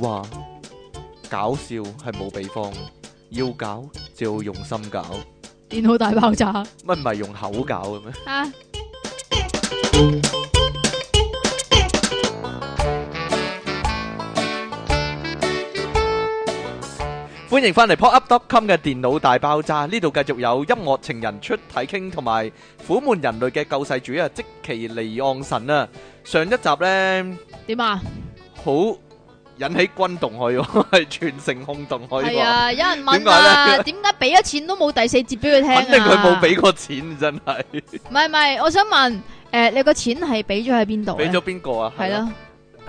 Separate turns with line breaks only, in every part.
話搞笑係冇秘方，要搞就要用心搞，
電腦大爆炸
乜唔係用口搞嘅咩？
啊！
歡迎翻嚟 popup.com 嘅電腦大爆炸，呢度繼續有音樂情人出體傾，同埋苦悶人類嘅救世主啊，即其離岸神啊！上一集呢，
點啊？
好引起轟動可以話，係全城轟動可以
係
話，
啊！有人問啊，點解俾咗錢都冇第四節俾佢聽啊
肯定佢冇。俾過錢，真係
唔係唔係，我想問誒，你個錢係俾咗喺邊度
俾
咧
咗？邊個啊？
係咯，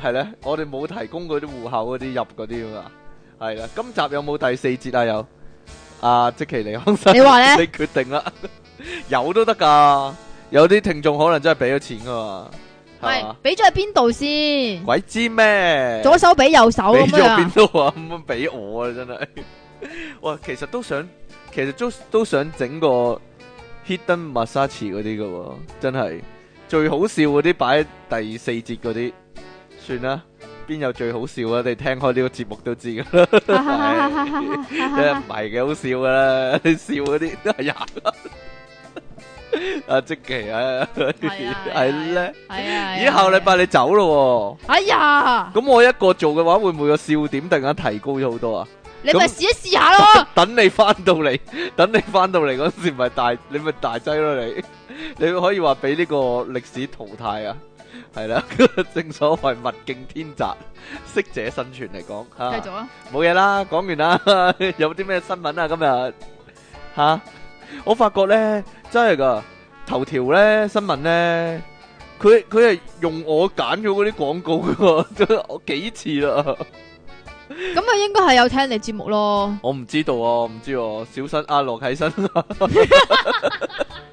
係咧，我哋冇提供嗰啲户口嗰啲入嗰啲啊噶嘛，係啦。今集有冇第四節啊？有啊，即其尼康生，
你話呢
你決定啦，有都得噶。有啲聽眾可能真係俾咗錢噶嘛，
唔
係
係
嘛？
俾咗喺邊度先？
鬼知咩？
左手俾右手
俾
咁
咗
樣啊
邊？度啊？咁樣俾我啊，真 係。哇，其實都想，其實都都想整個 hidden massage 嗰啲噶，真係最好笑嗰啲擺喺第四節嗰啲，算啦。邊有最好笑啊？你聽開呢個節目都知噶 啦，真係唔係幾好笑噶啦，你笑嗰啲都係人啦。 阿即奇啊，
係啊
係咧，
係啊！
咦，下個禮拜你走咯
哎呀
喎，，咁我一個做嘅話，會唔會個笑點突然間提高咗好多啊？
你咪試一試下咯。
等你翻到嚟， 等你翻到嚟嗰時，咪大你咪大劑咯你， 你可以話俾呢個歷史淘汰啊，係啦， 正所謂物競天擇，適者生存嚟講
繼
吓，
續啊！
冇嘢啦， 講完啦，有啲咩新聞啊今日吓？我發覺咧真係噶，頭條咧新聞咧，佢佢係用我揀咗嗰啲廣告噶，都 我幾次啦。
咁啊，應該係有聽你節目咯。
我唔知道啊，我唔知喎，小新阿羅啟新，啊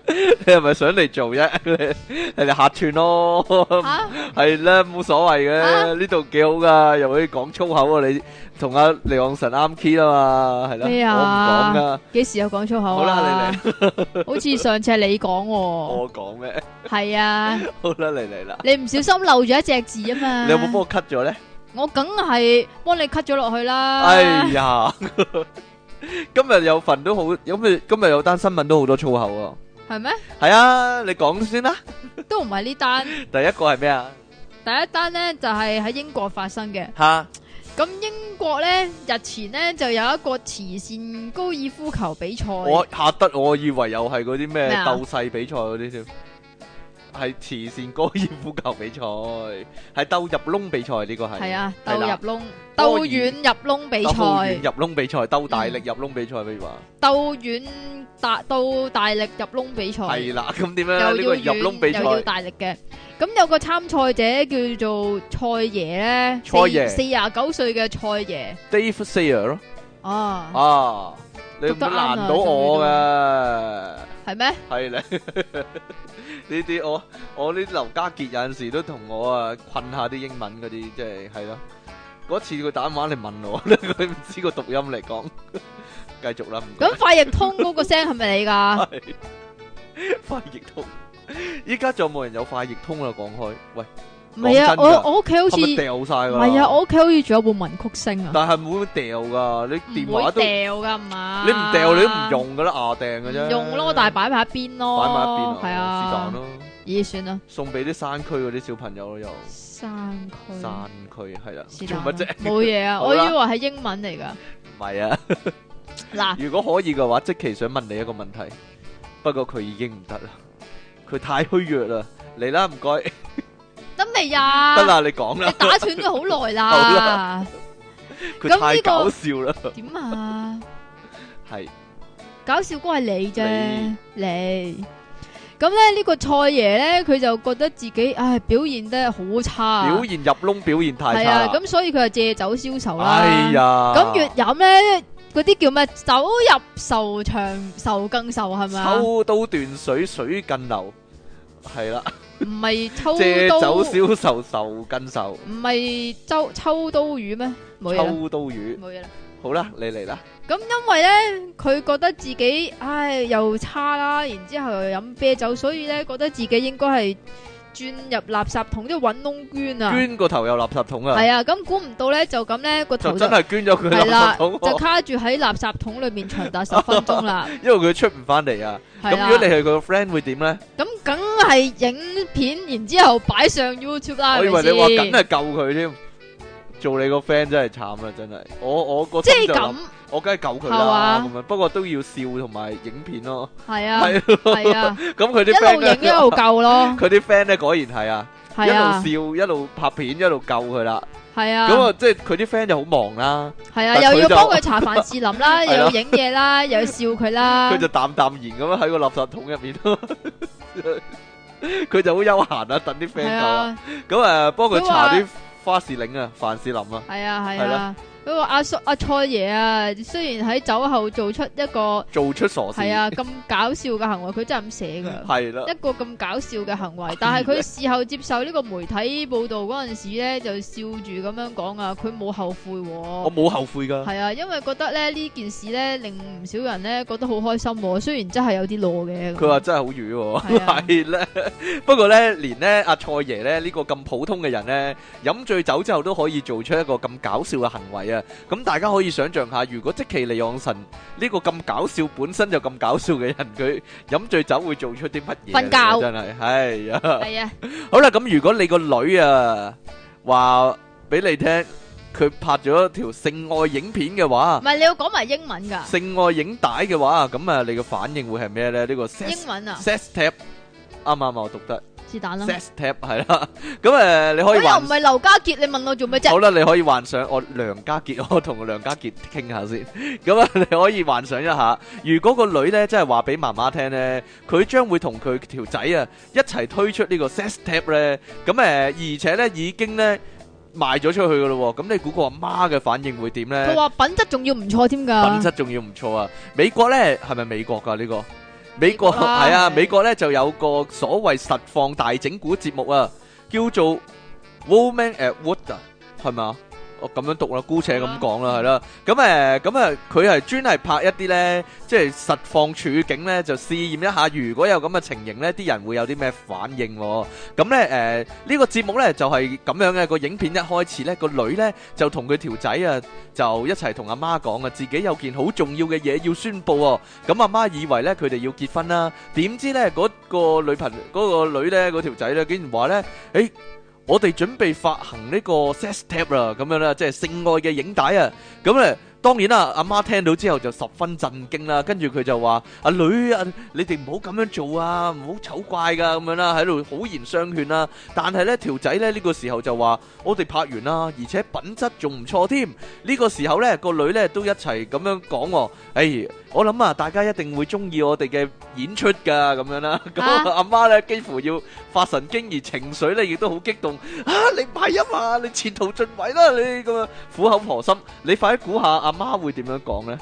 你係咪想嚟做啫？ 你你哋客串咯，
吓，
係啦，冇所謂
啊
嘅，呢度幾好噶，又可以講粗口啊！你同阿李昂臣啱 key 啊嘛，係
咩
啦，
啊
我唔講噶，
幾時有講粗口
好啦，哦
啊
你？
好似上次係你講 喎。
我講咩？
係啊，
好啦，你嚟啦，
你唔小心漏咗一隻字啊嘛。
你有冇幫我 cut 咗咧？
我梗係幫你 cut 咗落去啦。
哎呀， 今日有份都好，今日今日有單新聞都好多粗口啊！
係咩？
係啊，你講先啦，
都唔係呢單，
第一個係咩啊？
第一單呢就係喺英國發生嘅。
吓。
咁英國呢，日前呢就有一個慈善高爾夫球比賽，
我嚇得我以為又係嗰啲咩
咩啊
鬥勢比賽嗰啲添，係慈善高爾夫球比賽，係鬥入窿比賽呢個係。
係啊，
係
鬥
啦
入窿，
波
鬥
爾
遠入窿比
鬥遠
賽，
入窿比賽，鬥大力入窿比賽，譬如話
鬥遠大鬥大力入窿比賽，
係啦，咁點樣
嗯
呢
又要
呢個
遠
入窿比
又要
賽
大力嘅。咁有個參賽者叫做蔡爺呢，
蔡爺
四廿九歲嘅蔡爺
？Dave Sayer 咯，
啊，
啊，你唔
讀得
好
啱啊
難到我嘅。
係咩？
係咧， 呢啲我我呢啲劉家傑有陣時都同我啊困下啲英文嗰啲，即係係咯。嗰次佢打電話嚟問我， 佢唔知個讀音嚟講， 繼續啦，唔該
咁快譯通嗰個聲係咪你㗎？
係快譯通。依家仲有冇人有快譯通啊啦？講開，喂，
唔係
講真，
啊
㗎
我我屋企好似
係咪
唔
掉晒㗎？
係啊，我屋企好似仲有部文曲星啊，
但係唔會掉㗎，你電
唔
話
會
都你
掉噶嘛？
唔掉你都唔，用㗎啦，牙掟㗎啫。
用咯，但係擺埋一邊咯，
擺埋一邊啊，
係
是但
啊，
咯，
咦，算啦，
送俾啲山區嗰啲小朋友咯又。
山區，
山區係啦，
是
做
但
乜啫？
冇嘢啊，
好
我以
啦
為係英文嚟㗎。
唔係啊，
嗱，
如果可以嘅話，即其想問你一個問題，不過佢已經唔得啦，佢太虛弱啦。嚟啦，唔該，
得未呀？
得，啦，你講
你
啦，
打斷咗好 耐
好
啦，
佢
咁
太
呢個
搞笑啦，
點啊？
係
搞笑哥係你啫，你。咁咧呢個蔡爺咧，佢就覺得自己唉表現得好差，
表現入窿，表現太
係
差
啊，
啦。
咁所以佢就借酒消愁啦。
哎呀，
咁越飲咧，嗰啲叫咩？酒入愁腸，愁更愁係咪啊？
抽刀斷水，水更流，係啦，
唔係抽
借
刀，
酒
唔
消愁，愁更愁，
係抽抽刀魚咩？冇嘢啦，
抽刀魚。
冇嘢啦。
好啦，你嚟啦，
咁因為咧，佢覺得自己唉又差啦，然之後又飲啤酒，所以咧覺得自己應該係轉入垃圾桶，即係揾窿捐啊！
捐個頭入垃圾桶啊，
係啊，咁估唔到咧，就咁咧個
就
頭就
真係捐咗佢
係
垃
啦，
圾桶
就
喎，
卡住喺垃圾桶裏面長達十分鐘 啦，
因為佢出唔翻嚟啊。
係
咁
啦
如果。你係佢個 friend 會點咧？
咁梗係影片，然之後擺上 YouTube 啦，
我以
係
為
咪
你話梗
先？
係救佢添，做你個 friend 真係慘啦，真係。我我個
即
心
係
就
咁
諗，，我梗係救佢
係
啦
嘛
咁樣。不過都要笑同埋影片咯，
係啊，
係
係啊，
咁佢啲
一
friend
路影一路
咧，
救咯，
佢啲 friend 咧果然係啊， 一
係
路
啊，
笑一路拍片一路救佢啦。
係
咁
啊，
啊，即係佢啲 friend 就好忙啦，
係啊，
但
又
佢
要
就
幫佢查凡士林啦，又
係
要
咯
影 嘢啦，又要笑佢啦
佢，就淡淡然咁樣喺個垃圾桶入面， 佢就好悠閒啊，等啲 friend
係
救啊。
啊，
咁啊，幫佢
佢
查
話
啲花士令啊、凡士林啊，
係啊，係
係
啊。不過阿叔阿蔡爺啊，雖然喺酒後做出一個
做出傻事。
係啊咁搞笑嘅行為，佢真係咁寫噶。
係啊啦，
一個咁搞笑嘅 行為，但係佢事後接受呢個媒體報導嗰陣時咧，就笑住咁樣講啊，佢冇後悔
我
喎。
冇後悔噶。
係啊，因為覺得咧呢件事咧令唔少人咧覺得好開心喎，雖然真係有啲攞嘅。
佢話真係好瘀
係啊
喎，係咧。不過咧，連咧阿蔡爺咧呢個咁普通嘅人咧，飲醉酒之後都可以做出一個咁搞笑嘅行為啊！咁大家可以想象下，如果即其利昂神呢個咁搞笑本身就咁搞笑嘅人，佢 飲醉酒會做出啲乜嘢嚟
瞓
㗎？
覺
真係係啊！
係啊，
好啦，咁如果你個女啊話俾你聽，佢拍咗條性愛影片嘅
唔
話，
係你要講埋英文 㗎，
性愛影帶嘅話，咁啊你嘅反應會係咩咧？呢個 sex
英文啊，
sex tape 啱唔啱啊？我讀得
是但啦。
sex tape 係啦， 咁誒你
哎我
可以
又
幻
唔係劉家傑，你問我做咩啫？
好啦，你可以幻想我梁家傑，我同梁家傑傾下先。 咁啊，你可以幻想一下，如果個女咧真係話俾媽媽聽咧，佢將會同佢條仔啊一齊推出呢個 sex tape 咧，咁誒而且咧已經咧賣咗出去噶咯喎，咁你估個阿媽嘅反應會點咧？
佢話品質仲要唔錯添㗎。
品質仲要唔錯啊！美國咧係咪美國噶呢個？美國
美國啦
係啊，
係
美國咧就有個所謂實況大整蠱節目啊，叫做 Woman at Wood 啊，係咪啊？我咁樣讀啦，姑且咁講啦，係啦。咁誒，咁啊，佢係專係拍一啲咧，即係實況處境咧，就試驗一下，如果有咁嘅情形咧，啲人會有啲咩反應喎？咁咧誒，呢個節目咧就係咁樣嘅，個影片一開始咧，個女咧就同佢條仔啊。就一齊同阿媽講啊，自己有件好重要嘅嘢要宣佈喎。咁阿媽以為咧佢哋要結婚啦，點知咧嗰個女朋嗰個女咧嗰條仔咧，竟然話咧，誒我哋準備發行呢個 sex tape 啦，咁樣啦，即係性愛嘅影帶啊。咁咧當然啦，阿媽聽到之後就十分震驚啦，跟住佢就話：阿女啊，你哋唔好咁樣做啊，唔好醜怪噶咁樣啦，喺度好言相勸啦。但係咧條仔咧呢個時候就話：我哋拍完啦，而且品質仲唔錯添。呢個時候呢，個女呢都一齊咁樣講喎，誒，我諗啊，大家一定會中意我哋嘅演出㗎，咁樣啦。咁
啊
阿媽呢幾乎要發神經，而情緒呢亦都好激動。啊，你唔係啊嘛，你前途盡毀啦，你咁樣苦口婆心。你快啲估下阿媽會點樣講呢？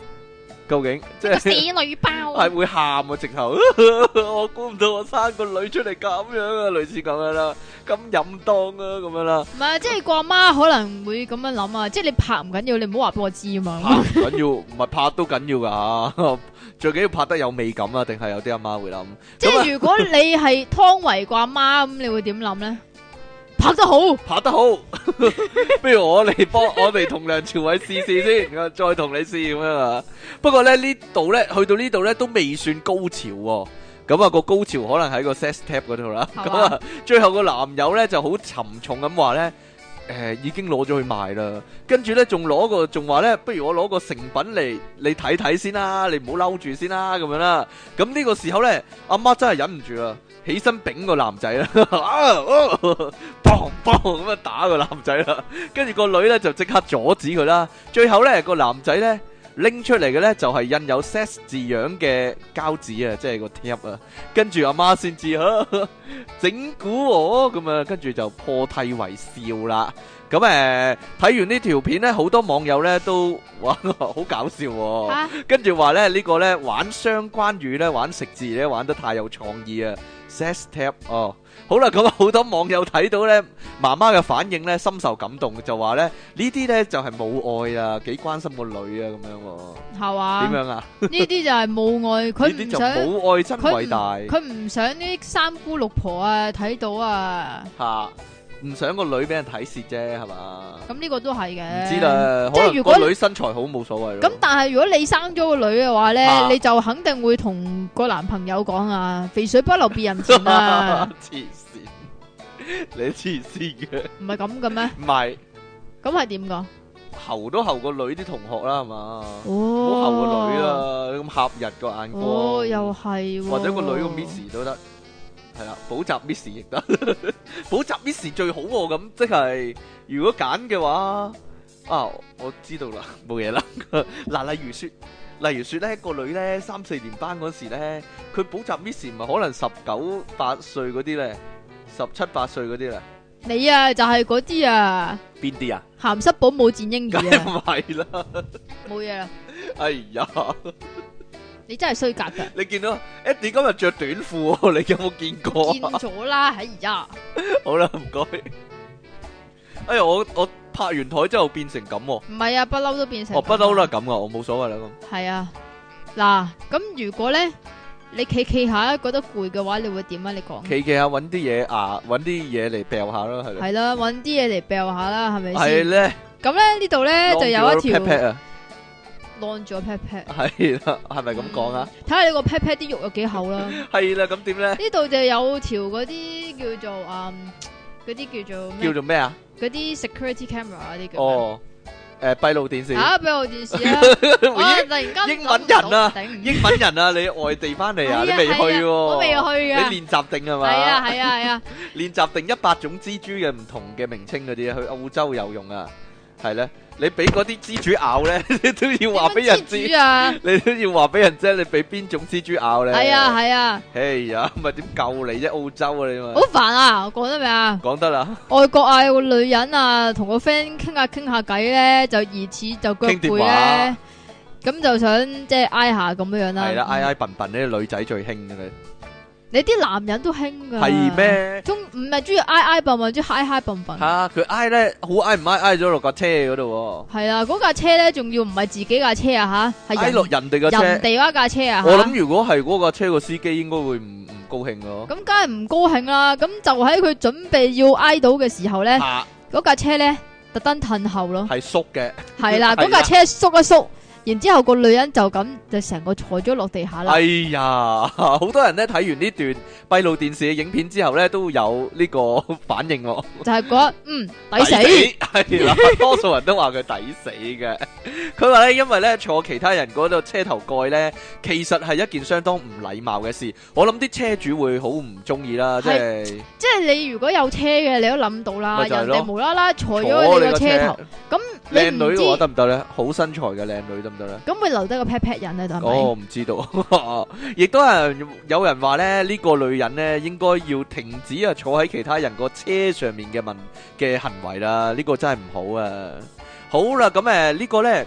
究竟即
個死
係
女包。
係會喊啊，直頭。 我估唔到我生個女出嚟咁樣啊，類似咁樣啦，咁淫蕩啊，咁樣啦。
唔係，即係個阿媽可能會咁樣諗啊，即係你拍唔緊要，你唔好話俾我知啊
拍
嘛。
唔緊要，唔係拍都緊要噶，最緊要拍得有美感啊！定係有啲阿媽會諗，
即係如果你係湯唯個阿媽咁，你會點諗咧？拍得好，
拍得好， 不如我嚟幫我哋同梁朝偉試試先，我再同你試咁樣啊！不過咧呢度咧去到呢度咧都未算高潮喎、咁啊個高潮可能喺個 sex tape 嗰度啦，
係嘛
咁啊最後個男友咧就好沉重咁話咧。誒、已經攞咗去賣啦，跟住咧仲攞個仲話咧，不如我攞個成品嚟你睇睇先啦，你唔好嬲住先啦咁樣啦。咁呢個時候咧，阿媽真係忍唔住啦，起身丙個男仔啦， 啊，哦砰砰咁樣打個男仔啦，跟住個女咧就即刻阻止佢啦。最後咧個男仔咧拎出嚟嘅咧就係印有 sex 字樣嘅膠紙啊，即係個 tape 啊。跟住阿媽先知啊，整蠱我咁啊，跟住就破涕為笑啦。咁誒睇完呢條片咧，好多網友咧都哇好搞笑喎、
吓
跟住話咧呢個咧玩相關語咧玩食字咧玩得太有創意啊！ sex tape 哦，好啦，咁啊好多網友睇到咧媽媽嘅反應咧，深受感動，就話咧呢啲咧就係母愛啊，幾關心個女啊咁樣喎，
系嘛？
點樣啊？
呢啲就係冇愛，
呢
佢
啲
唔
就
想
母愛真
佢
偉
唔
大
佢唔想呢三姑六婆啊睇到啊，
嚇，唔想個女俾人睇蝕啫，係嘛？
咁呢個都係
唔
嘅。
知。啦，
即係
可能
如果
個女身材好冇所謂咯。
咁但係如果你生咗個女嘅話咧，
啊
你就肯定會同個男朋友講啊，肥水不流別人田 啊，
黐線，你黐線嘅，
唔係咁嘅咩？
唔係
咁係點噶？
後都後個女啲同學啦，係嘛？唔好後個女啊
哦，
啦，咁合日個眼光。
哦，又係喎，
或者個女個 miss 都得，係啦，補習 miss 亦得， 補習 miss 最好喎、咁即係如果揀嘅話，啊，我知道啦， 冇嘢啦。嗱，例如説，例如説咧，個女咧三四年班嗰時咧，佢補習 miss 咪可能十九八歲嗰啲咧，十七八歲嗰啲咧，
你啊，就係嗰啲啊，
邊啲啊？
鹹濕保姆戰英
梗
兒
係
啊，
唔係啦，
冇嘢啦，
哎呀，
你真係衰格 㗎，
你見到 Eddie 今日着短褲喎，你有冇見過啊
見咗啦，哎呀！
好啦，唔該。哎呀，我我拍完台之後變成咁喎，
唔係啊，不嬲都變成。
我不嬲啦。咁啊，我冇所謂啦咁。
係啊，嗱，咁如果咧，你企企下覺得攰嘅話，你會點啊？你講。
企企下揾啲嘢啊，揾啲嘢嚟掉下啦，係啦。
係啦，搵啲嘢嚟掉下啦，係咪
係
先？
咧，
咁咧呢度咧就有一條
pat pat 啊，
晾住個 pat pat。
係啦，係咪咁講啊？
睇下你個 pat pat 啲肉有幾厚啦。 呢
係啦，咁點咧？
度就有條嗰啲叫做嗯，嗰啲叫做咩
叫？做咩啊？
嗰啲 security camera 嗰啲叫咩？
哦，誒閉路電視，
吓，俾我電 視啊！我
英
突然間
英文人啊
諗唔到，頂
英文人啊，你外地翻嚟啊？你未去
係啊我未
喎？
去啊。
你練習定係嘛？
係啊，係啊，係啊。
練習定一百種蜘蛛嘅唔同嘅名稱嗰啲，去澳洲有用啊。係咧，你俾嗰啲蜘蛛咬咧， 你都要話俾人知，
主啊！
你都要話俾人知你俾邊種蜘蛛咬咧。
系啊，系啊，
哎呀，咪點救你啫？澳洲啊，你
好
嘛。
煩啊！我講得未啊？
講得啦，
外國啊，有個女人啊，同個 friend 傾下傾下偈咧，就疑似就腳
傾電
攰
話
咧，咁就想即係挨下咁樣樣啦。
係啦，挨挨笨笨呢，女仔最興嘅咧，
你啲男人都興噶。
係？咩？
中唔係中意挨挨笨笨，中意嗨嗨笨笨。
吓，佢挨咧，好挨唔挨？挨咗落架車嗰度
係啊，嗰架車咧，仲要唔係自己架車啊吓，
喎，挨
係
落
人
人哋嘅
人
車。
哋嗰架車啊
我
吓。
諗如果係嗰架車個司機，應該會唔唔高興咯。
咁梗係唔高興啦。咁就喺佢準備要挨到嘅時候咧，
吓，
嗰架車咧特登褪後咯。
係縮嘅。
系啦，
係啊啦
嗰架車縮一縮，然之后个女人就咁就成個坐咗落地下啦
哎。呀， 好多人咧睇完呢段閉路電視嘅影片之後咧，都有呢個 反應喎。
就係覺得嗯抵死，
係啦，多數人都話佢抵死嘅。佢話咧，因為咧坐其他人嗰度車頭蓋咧，其實係一件相當唔禮貌嘅事。我諗啲車主會好唔中意啦，即係
即係你如果有車嘅，你都諗到啦，
咪就係
人
咯
哋無啦啦坐咗
坐
你
個
個車頭，。咁你
靚
唔
女
知
嘅話得唔得咧？好身材嘅靚女得唔得咧？
咁會留低個 pat pat 印喺度
哦，
係咪？
唔知道， 亦都有人有人話咧，呢、個女人咧應該要停止啊坐喺其他人個車上面嘅問嘅行為啦，呢、個真係唔好啊！好啦，咁誒呢個咧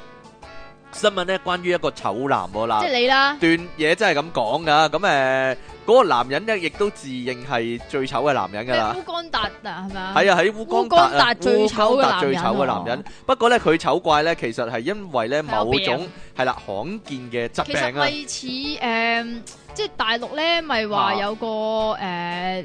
新聞咧關於一個醜男喎嗱
即。係你啦，
段嘢真係咁講噶，咁誒嗰個男人咧，亦都自認係最醜嘅男人噶啦。
烏干達啊，係咪啊？
係啊，喺烏干
烏干
達啊
達最醜嘅
烏干達
男
最
人
醜嘅
喎
男人。不過咧，佢醜怪咧，其實係因為咧
係有
某
病
種係啦罕見嘅疾
其實
病啊
咪。似誒，即係大陸咧，咪
啊
話有個誒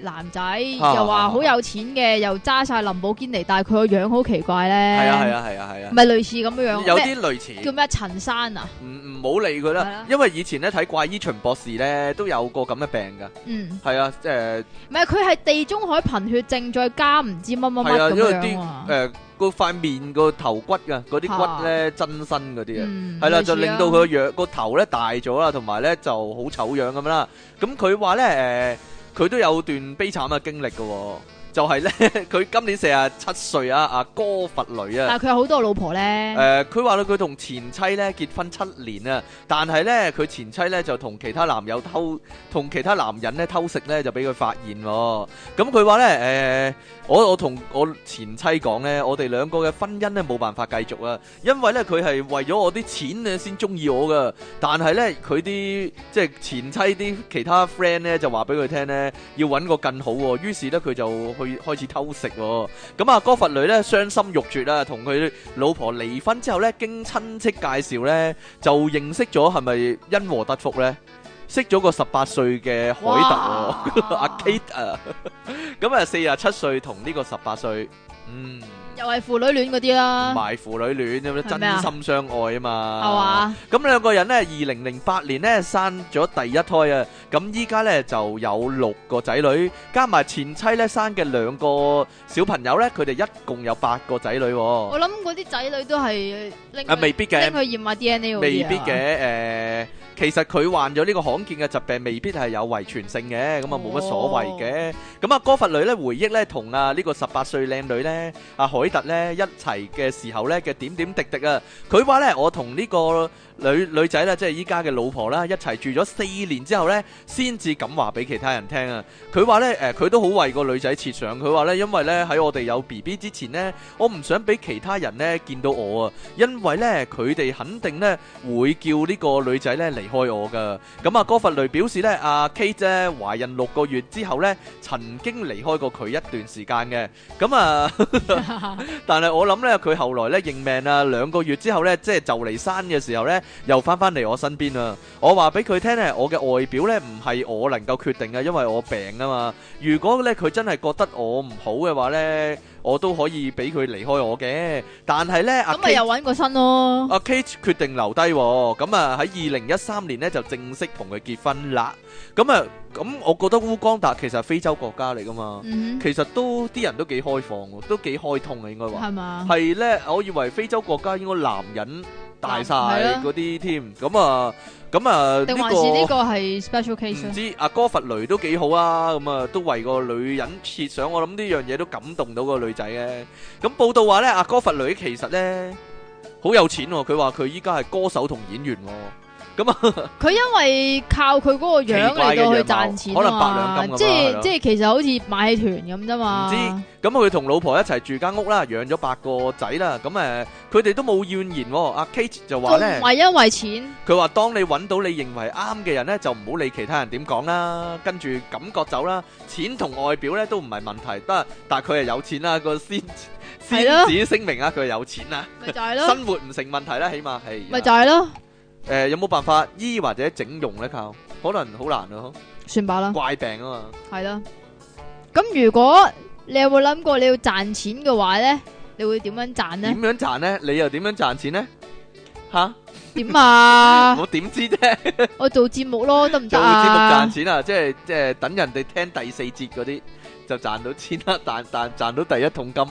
男仔，
啊
又話好有錢嘅，又揸晒林寶堅尼，但係佢個樣好奇怪咧。
係啊係啊係啊係啊，
咪類似咁樣樣，
有
咩
啲類似。
叫咩陳山啊？
唔唔好理佢
係
啦
啦，
因為以前咧睇怪醫秦博士咧都有個咁嘅病噶，
嗯，
係啊，誒
唔係佢係地中海貧血症，再加唔知乜乜
係啊，
乜
因為
咁樣
啲
啊。
誒個塊面個頭骨噶，嗰啲骨咧增生嗰啲啊。
嗯
係啦，
類似
就令到佢個樣個頭咧大咗啦，同埋咧就好醜樣咁啦。咁佢話咧誒，佢、都有段悲慘嘅經歷嘅喎、就就係咧， 佢今年四啊七歲啊，阿哥佛雷啊。
但係佢有好多老婆咧，
誒，呃佢話到佢同前妻咧結婚七年啊，但係咧佢前妻咧就同其他男友偷，同其他男人咧偷食咧就俾佢發現喎。咁佢話咧誒，我我同我前妻講咧，我哋兩個嘅婚姻咧冇辦法繼續啊，因為咧佢係為咗我啲錢咧先中意我噶，但係咧佢啲即係前妻啲其他 friend 咧就話俾佢聽咧，要揾個更好喎，於是咧佢就去開始偷食喎。咁啊，哥佛女咧傷心欲絕啊，同佢老婆離婚之後咧，經親戚介紹咧，就認識咗係咪因禍得福咧？ 識咗個十八歲嘅海
哇
特喎，阿 Kate 啊，咁啊四十七歲同呢個十八歲，嗯，
又係父女戀嗰啲啦，
埋父女戀咁
係
樣，
咪啊
真心相愛啊嘛，
係嘛？
咁兩個人呢，二零零八年呢生咗第一胎啊，咁依家呢就有六個仔女，加埋前妻呢生嘅兩個小朋友呢，佢哋一共有八個仔女喎、
我諗嗰啲仔女都係拎
啊，
佢
未必嘅
拎，去驗下 DNA 嗰啲啊
未必嘅，誒、 其實佢患咗呢個罕見嘅疾病，未必係有遺傳性嘅，咁啊冇乜所謂嘅。咁啊，哥佛女咧回憶咧同啊呢個十八歲靚女咧，阿、海特咧一齊嘅時候咧嘅點點滴滴啊，佢話咧我同呢個女女仔咧，即係依家嘅老婆啦，一齊住咗四年之後咧，先至敢話俾其他人聽啊。佢話咧誒，佢、都好為個女仔設想，佢話咧因為咧喺我哋有 B B 之前咧，我唔想俾其他人咧見到我啊，因為咧佢哋肯定咧。 會叫呢個女仔咧離開我噶。咁啊，哥佛雷表示咧，阿 Kate 咧懷孕六個月之後咧，曾經離開過佢一段時間嘅。咁啊，但係我諗咧，佢後來咧認命啊，兩個月之後咧，即係就嚟生嘅時候咧，又翻翻嚟我身邊啊。我話俾佢聽咧，我嘅外表咧唔係我能夠決定嘅，因為我病啊嘛。如果咧佢真係覺得我唔好嘅話咧，我都可以俾佢離開我嘅。但係咧，阿哦
咁咪
Kate
又揾個新咯，
阿 Kate 決定留低喎，咁啊喺二零一三年呢就正式同佢結婚啦。咁啊，咁我覺得烏干達其實係非洲國家嚟噶嘛，
嗯
其實都啲人都幾開放喎，都幾開通嘅應該
哼，
話。
係嘛？
係呢，我以為非洲國家應該男人大晒
男係咯
嗰啲添，咁啊，咁啊
定還是呢
呢個嗯
個係 special
唔
case 啊？
知阿哥佛雷都幾好啊，咁啊都為個女人設想，我諗呢樣嘢都感動到個女仔嘅。咁報道話咧，阿哥佛雷其實咧好有錢喎，佢話佢依家係歌手同演員喎，
佢因為靠佢嗰個樣嚟到去賺錢
可能
啊
百
嘛，
兩金咁啊
即
係
係
咯
即係其實好似買團咁啫嘛。
咁佢同老婆一齊住間屋啦，養咗八個仔啦，咁誒佢哋都冇怨言喎。阿 Kate 就
仲
話
唔
咧。
係因為錢，
佢話：當你揾到你認為啱嘅人呢，就唔好理其他人點講啦，跟住感覺走啦。錢同外表呢都唔係問題，得但係佢係有錢啦，個 先先
係咯
子聲明啊，佢係有錢啦，
咪就係咯，
生活唔成問題啦，起碼係。
咪就係咯，
誒有冇辦法醫或者整容呢？靠，可能好難咯，
算罷啦，
怪病啊嘛。
係啦。咁如果你有冇諗過你要賺錢嘅話咧，你會點樣賺咧
點？樣賺呢？你又點樣賺錢呢？吓，
點 啊？
我點知啫？
我做節目咯，得唔得
做節目
啊
賺？錢啊，即係即係等人哋聽第四節嗰啲就賺到錢啦， 賺賺賺到第一桶金，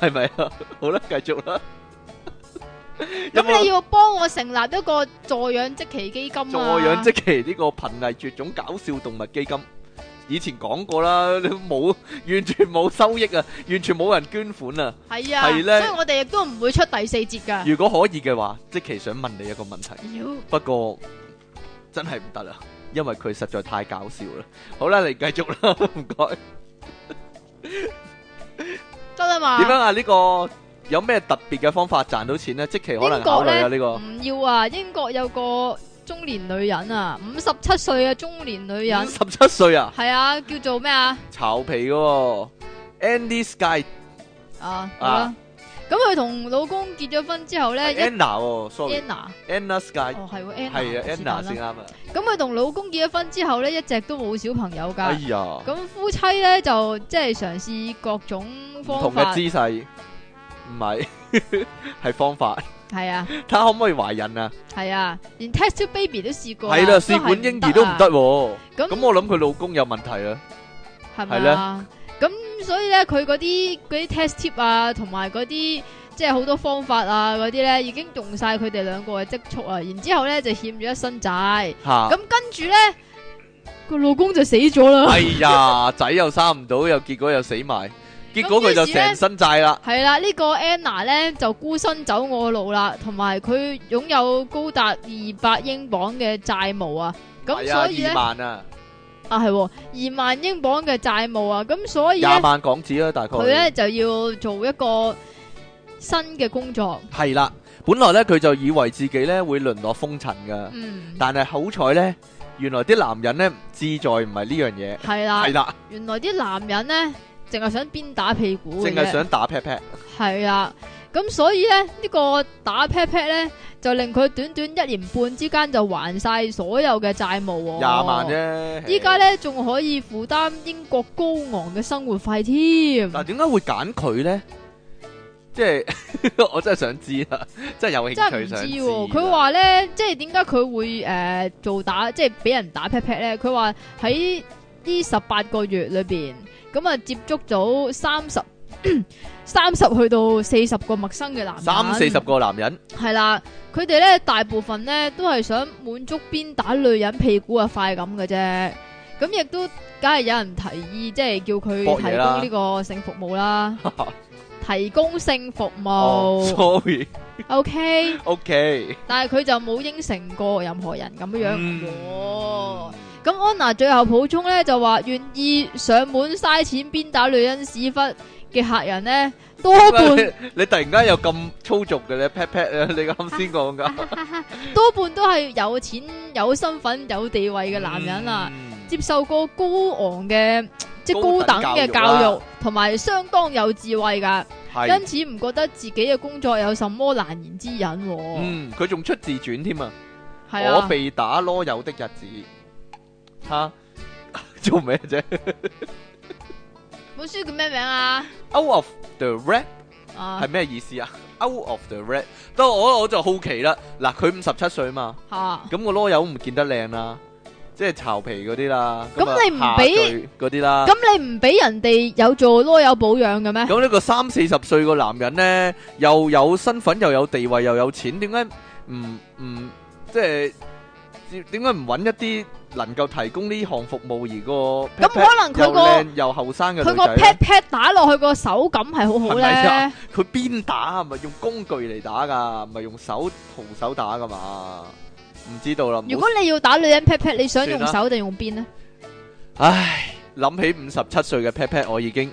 係咪啊？ 好啦，繼續啦。有
咁你
冇
要幫我成立一個助養即期基金啊？
助養即期呢個瀕危絕種搞笑動物基金？以前講過啦， 你冇完全冇收益啊，完全冇人捐款啊。
係啊，
係呢
所以我哋亦都唔會出第四節噶。
如果可以嘅話，即期想問你一個問題，
妖
不過真係唔得啦，因為佢實在太搞笑啦。好啦，你繼續啦，唔該。
得啦嘛？
點樣啊？呢個有咩特別嘅方法賺到錢呢？即期可能
英國
考慮啊呢
咧
個
唔要啊！英國有個中年女人啊，五十七歲嘅中年女人，
十七歲啊，
係啊，叫做咩啊？
巢皮嘅喎，Andy Sky
啊，好啦
啊，
咁佢同老公結咗婚之後咧，一
Anna 喎，sorry
Anna，
Anna Sky
哦係
係
喎 Anna，
啊
是但
，Anna
啦
先啱啊。
咁佢同老公結咗婚之後咧，一直都冇小朋友
哎
㗎。
呀，
咁夫妻咧就即係嘗試各種
唔
方
同嘅，
法
姿勢，唔係 係方法，
係啊
睇下可唔可以懷孕啊？
係啊，連 test tube baby 都試過啊，
係啦，
都
試管嬰兒
係
都唔
啊，
得喎。
咁
咁我諗佢老公有問題啊。
係
係
咪
咧
啊？咁所以咧，佢嗰啲嗰啲 test tip 啊，同埋嗰啲即係好多方法啊，嗰啲咧已經用晒佢哋兩個嘅積蓄啊，然之後咧就欠咗一身債。
吓
咁，跟住咧，個老公就死咗啦。
哎呀，仔又生唔到，又結果又死埋，結果佢就
咁於是呢
成身債啦，
系啦，呢、個 Anna 咧就孤身走我路啦，同埋佢擁有高達二百英鎊嘅債務啊，咁
係啊，
所以咧
二萬啊，
啊係喎，二萬英鎊嘅債務啊，咁所以咧
廿萬港紙啦，大概。
佢咧就要做一個新嘅工作，
係啦，本來咧佢就以為自己咧會淪落風塵噶，
嗯，
但係好彩咧，原來啲男人咧志在唔係呢樣嘢，
係啦
係，啦，
原來啲男人咧淨係想鞭打屁股嘅
淨係
啫。
想打 pat pat。
系啦，咁所以咧呢、呢個打 pat pat 咧，就令佢短短一年半之間就還晒所有嘅債務、喎。
廿萬。啫。
依家咧仲可以負擔英國高昂嘅生活費添。
嗱，點解會揀佢咧？即係 我真係想知啦，真係有
真
興
係唔
趣
知
想知
喎、
啦。
佢話咧，即係點解佢會誒、呃做打，即係俾人打 pat pat 咧？佢話喺呢十八個月裏邊，咁啊接觸咗三十三十去到四十個陌生嘅男人，
三四十個男人
系啦，佢哋咧大部分咧都系想滿足鞭打女人屁股嘅快感嘅啫。咁亦都梗係有人提議，即係叫佢
搏
提
嘢啦
供呢個性服 務啦，提供性服
哦
務。
，sorry，OK，
O K，但係佢就冇應承過任何人咁樣
嗯
樣喎。咁安娜最後補充咧就話，願意上門嘥錢鞭打女人屎忽嘅客人咧多 半。
你你突然間有咁粗俗嘅咧 pat pat 啊！你啱先講噶
多半都係有錢、有身份、有地位嘅男人啊，，
嗯
接受過高昂嘅即係
高
高
等
等
教育啦
嘅教育，同埋相當有智慧噶，
係
因此唔覺得自己嘅工作有什麼難言之隱喎。
嗯，佢仲出自傳添啊！
哦係
我
啊，
被打啰柚的日子，吓 做咩啫
本書叫咩名啊？
？Out of the red
啊
係，咩意思啊？Out of the red，當我我就好奇啦。嗱，佢五十七歲嘛，
吓，
咁個啰柚唔見得靚啦，即係巢皮嗰啲啦。
咁
啊
你唔
下
俾
墜嗰啲啦？
咁你唔俾人哋有做啰柚保養 嘅咩？
咁呢個三四十歲個男人呢，又有身份又有地位又有錢，點解唔唔即係點解唔揾一啲能夠提供呢項服務而個 pat
咁
pat
可能佢
又
個
靚又後生嘅
佢
女
個
仔
pat
呢，
pat 打落去個手感係好好
係咪啊
咧，
佢邊打啊？唔係用工具嚟打噶，唔係用手徒手打噶嘛？唔知道啦。唔好
如果你要打女人 pat pat，你想
算
用
啦
手定用邊呢？
唉，諗起五十七歲嘅 pat pat，我已經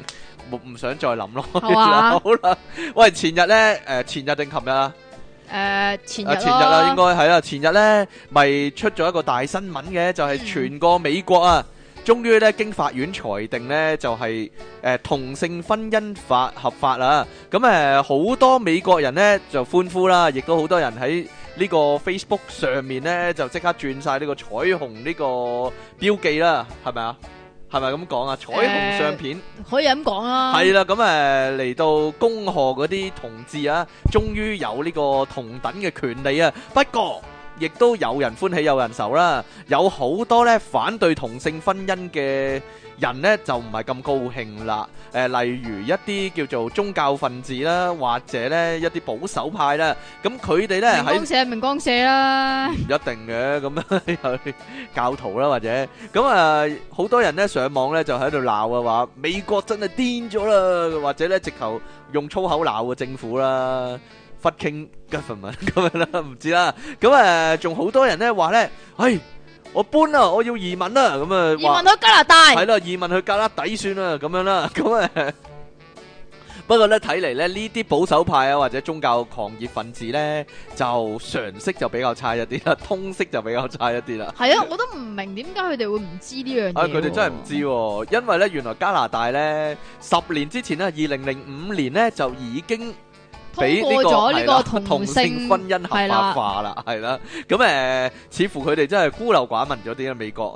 冇唔想再諗咯。
係嘛
好啦，喂，前日呢？誒、前日定琴日啊？
诶，前日
啊，
咯
前日啦，應該係啦，前日咧咪出咗一個大新聞嘅，就係、
嗯
全個美國啊，終於咧經法院裁定咧就係、呃同性婚姻法合法啦。咁誒好多美國人咧就歡呼啦，亦都好多人喺呢個 Facebook 上面咧就即刻轉晒呢個彩虹呢個標記啦，係咪啊？係咪咁講啊？彩虹
呃
相片。
可以咁講啦。
系啦，咁誒嚟到恭賀嗰啲同志啊，終於有呢個同等嘅權利啊。不過，亦都有人歡喜有人愁啦，有好多咧反對同性婚姻嘅人咧就唔係咁高興啦。誒、例如一啲叫做宗教分子啦，或者咧一啲保守派啦，咁佢哋咧
明
喺
光社，明光社啦
唔，一定嘅，咁樣 有啲教徒啦，或者咁啊，好多人咧上網咧就喺度鬧啊，話美國真係癲咗啦，或者咧直頭用粗口鬧啊政府啦，fucking government 咁樣啦， 唔知啦。咁誒，仲好多人咧話咧，唉，我搬啦，我要移民啦，咁啊，
移
話
民去加拿大，
係啦，移民去格拉底算啦，咁樣啦， 咁誒。不過咧，睇嚟咧呢啲保守派啊，或者宗教狂熱分子咧，就常識就比較差一啲啦，通識就比較差一啲啦。
係啊，我都唔明點解佢哋會唔知呢樣嘢喎。
啊，佢哋真係唔知喎，因為咧原來加拿大咧十年之前咧，二零零五年咧就已經俾
通
呢、
過
個
咗呢
係啦
個
同性
性
婚姻合法
係啦，
化啦，係啦。咁誒、呃似乎佢哋真係孤陋寡聞咗啲啦，美國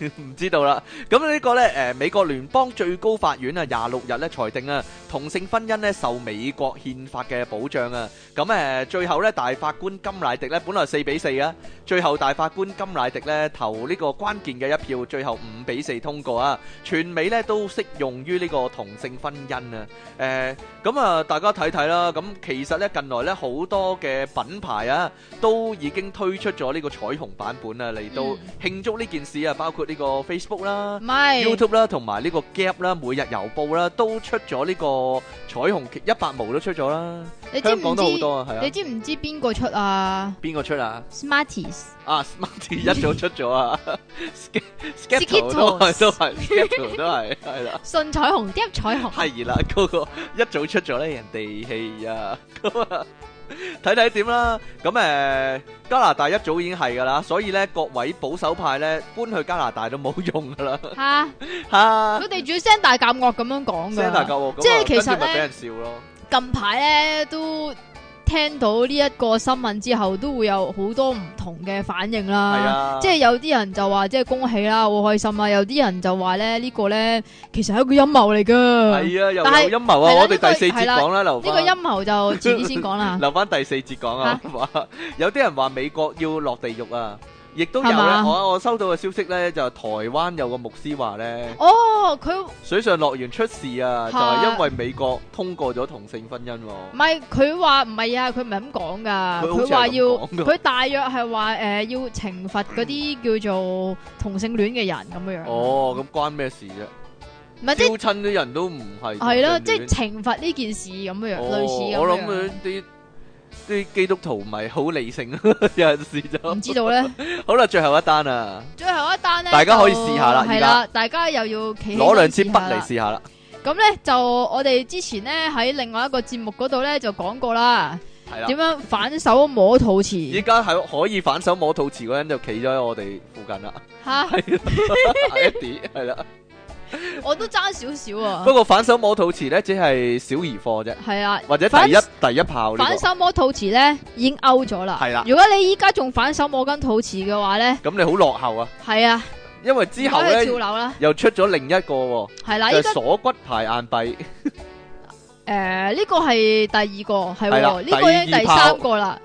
誒 唔、知道啦。咁呢個咧誒、呃美國聯邦最高法院啊，廿六日咧裁定啊，同性婚姻咧受美國憲法嘅保障啊。咁誒、呃最後咧大法官金乃迪咧，本來四比四啊，最後大法官金乃迪咧投呢個關鍵嘅一票，最後五比四通過啊。全美咧都適用於呢個同性婚姻啊。誒、咁啊，大家睇睇啦。咁其實咧近來咧好多嘅品牌啊，都已經推出咗呢個彩虹版本啊，嚟到
嗯
慶祝呢件事啊，包括呢個 Facebook 啦。
唔係
YouTube 啦，同埋呢個 Gap 啦，每日郵報啦，都出咗呢個彩虹旗一百毛都出咗啦。
你知
香港
唔
都好
知？
多啊，係
你
啊。
知唔知邊個出啊
邊個出啊？
？Smarties
啊，Smarty 一早出咗 啊 à?，Skettle
Skittles
都 係都係 Skettle 都係係啦，
信彩虹啲彩虹，
係啦，嗰個一早出咗咧，人哋氣 啊，咁啊。睇睇點啦，咁誒、加拿大一早已經係㗎啦，所以咧各位保守派咧搬去加拿大 都冇用㗎啦，
吓
嚇
佢哋仲要聲大夾惡咁樣講
聲大
㗎。
嚿喎，
即係其
實
實
咪俾
呢
人笑咯。
近排咧都聽到呢一個新聞之後，都會有好多唔同嘅反應啦。
係啊
即係有啲人就話即係恭喜啦，好開心啊啦；有啲人就話咧呢個咧其實係一個陰謀嚟噶。呢
係啊，又
但係
有陰謀啊！
係啦
我哋
呢個
第四節講啦，留
個
翻
陰謀就遲啲先講啦。
留翻第四節講啊！話有啲人話美國要落地獄啊，亦都有咧。
係嘛
我我收到嘅消息咧，就台灣有個牧師話咧，
哦，佢唔
水上樂園出事啊，就
嚇
係因為美國通過咗同性婚姻喎。
係佢話唔係啊，佢唔係咁講噶。
佢好似
佢話
係咁
要
講㗎
佢大約係話誒要懲罰 嗰啲叫做同性戀嘅人咁樣樣。
哦，咁關咩事啫？
唔係即係
招親啲人都唔係
係咯，
同性戀
即係懲罰呢件事咁樣樣，
哦
類似咁樣。
我諗啲啲基督徒唔係好理性，啊 有陣時就
唔知道咧。
好啦。最後一單啊，
最後一單咧，
大家可以
就
試下啦而
係
家
啦，大家又要企起身
攞兩支筆
試下啦
嚟。試下啦，
咁咧就我哋之前咧喺另外一個節目嗰度咧就講過啦，
係啦
點。啊樣反手摸肚
依
臍
家喺可以反手摸肚臍嗰人就企咗喺我哋附近啦，
吓，
係一啲係啦。
我都爭少少 啊
不。過反手摸肚臍咧，只係小兒科啫，
係啦，
或者
反
第一第一炮呢
反
個。
手摸肚臍咧已經 out 咗啦。
係啦
如果你依家仲反手摸緊肚臍嘅話咧，
咁你好落後啊，
係啊，
因為之後
後去跳
咧
樓啦，
又出咗另一個喎，
係啦，
就
依
係
家
鎖骨排硬幣，
誒呢個係第二個係
係啦
喎，呢個
第
已經
二
第
炮
三個啦，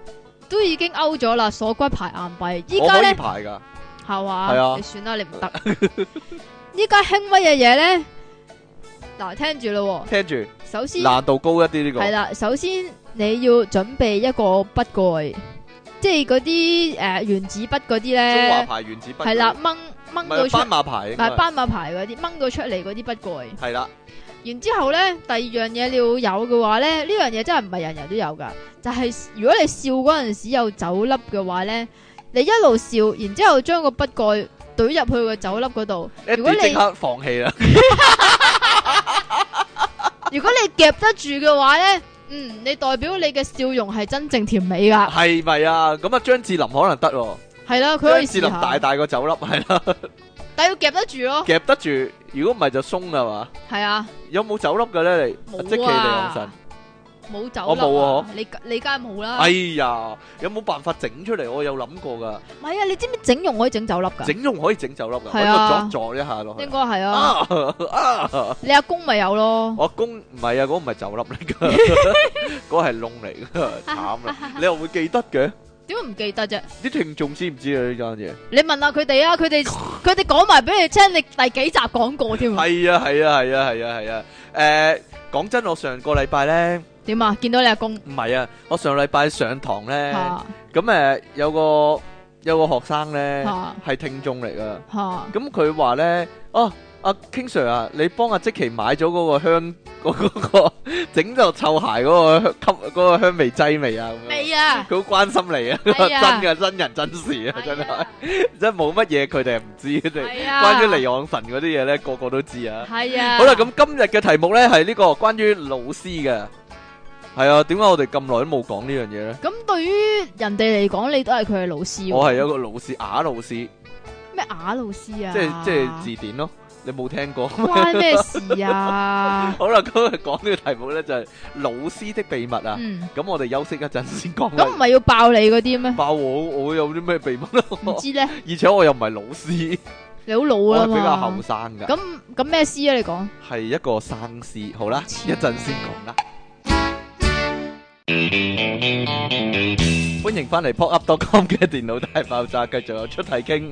都已經 out 咗啦，鎖骨排硬幣。依
我
家
可
咧
以。排㗎。
系
係啊
嘛？你算啦，你唔得。 依家興乜嘢嘢咧？嗱，聽住咯
聽住
喎。首先
難度高一啲呢個
係，啦，首先你要準備一個筆蓋，即係嗰啲诶原子筆嗰啲
中華
咧，
牌原子筆
係啦，掹
唔
掹到
係
出
斑，馬牌應
唔
該
係
係，
斑馬牌嗰啲，掹到出嚟嗰啲筆蓋。
係啦，
然之後咧，第二樣嘢你要有嘅話咧，呢樣嘢真係唔係人人都有噶，就係、如果你笑嗰陣時有酒粒嘅話咧，你一路笑，然之後將個筆蓋懟入去個酒粒嗰度。
一
如果
啲即
你
刻放棄啦，
如果你夾得住嘅話咧，嗯，你代表你嘅笑容係真正甜美噶，
係咪啊？咁啊，張智霖可能得喎，
係啦，佢可以
張
試
智霖大
下，
大個酒粒係啦。
但要夾得住咯，
夾得住，如果唔係就鬆啦嘛。
係啊，
有冇酒粒嘅咧？你
冇啊
即其利昂神，
冇酒
我冇啊
粒啊，你你梗係冇啦
哎，呀，有冇辦法整出嚟？我有諗過噶，
唔係啊，你知唔知整容可以整酒粒噶？
整容可以整酒粒噶，
係
搵
啊
個作作一下落去
應。該係啊，
啊啊！
你阿公咪有咯，
我公唔係啊，嗰個唔係酒粒 嚟噶，嗰個係窿嚟噶，慘啦！ 你又會記得嘅？
點解唔記得啫？
啲聽眾知唔知啊？呢單嘢
你問下佢哋啊，佢哋佢哋講埋俾你聽，你第幾集講過添啊？
係啊係啊係啊係啊係啊！誒，講真，我上個禮拜咧，
點啊？見到你阿公
唔係啊，我上禮拜上堂咧。
嚇
咁誒有個有個學生咧
嚇
係聽眾嚟噶，
嚇
咁佢話咧，哦阿 King Sir 啊，你幫阿積奇買咗嗰個香 嗰嗰個整就臭鞋嗰個香吸嗰個香味劑未啊？咁樣
未啊？
佢好關心你啊， 真
係啊
嘅真人真事啊，真係
係
真係冇乜嘢佢哋係唔知嘅， 佢哋
係啊，
關於離岸神嗰啲嘢咧，個個都知啊。
係啊。
好啦，咁今日嘅題目咧係呢個關於老師嘅，係啊，點解我哋咁耐都冇講呢樣嘢咧？
咁對於人哋嚟講，你都係佢嘅老師喎。
我係一個老師，啞老師。
咩啞老師啊？
即係即係字典咯，你冇聽過？
關咩事啊？
好啦，今日講呢個題目咧就係老師的秘密啊。
嗯，
咁我哋休息一陣先講
咁唔
啦。
係要爆你嗰啲咩？
爆我，我有啲咩秘密啊？
唔知咧，
而且我又唔係老師，
你好老
我
啦
係比較
嘛
後。生㗎，
咁咁咩詩啊？你講
係一個生師。好啦，一陣先講啦。歡迎翻嚟 popup.com 嘅電腦大爆炸，繼續有出體傾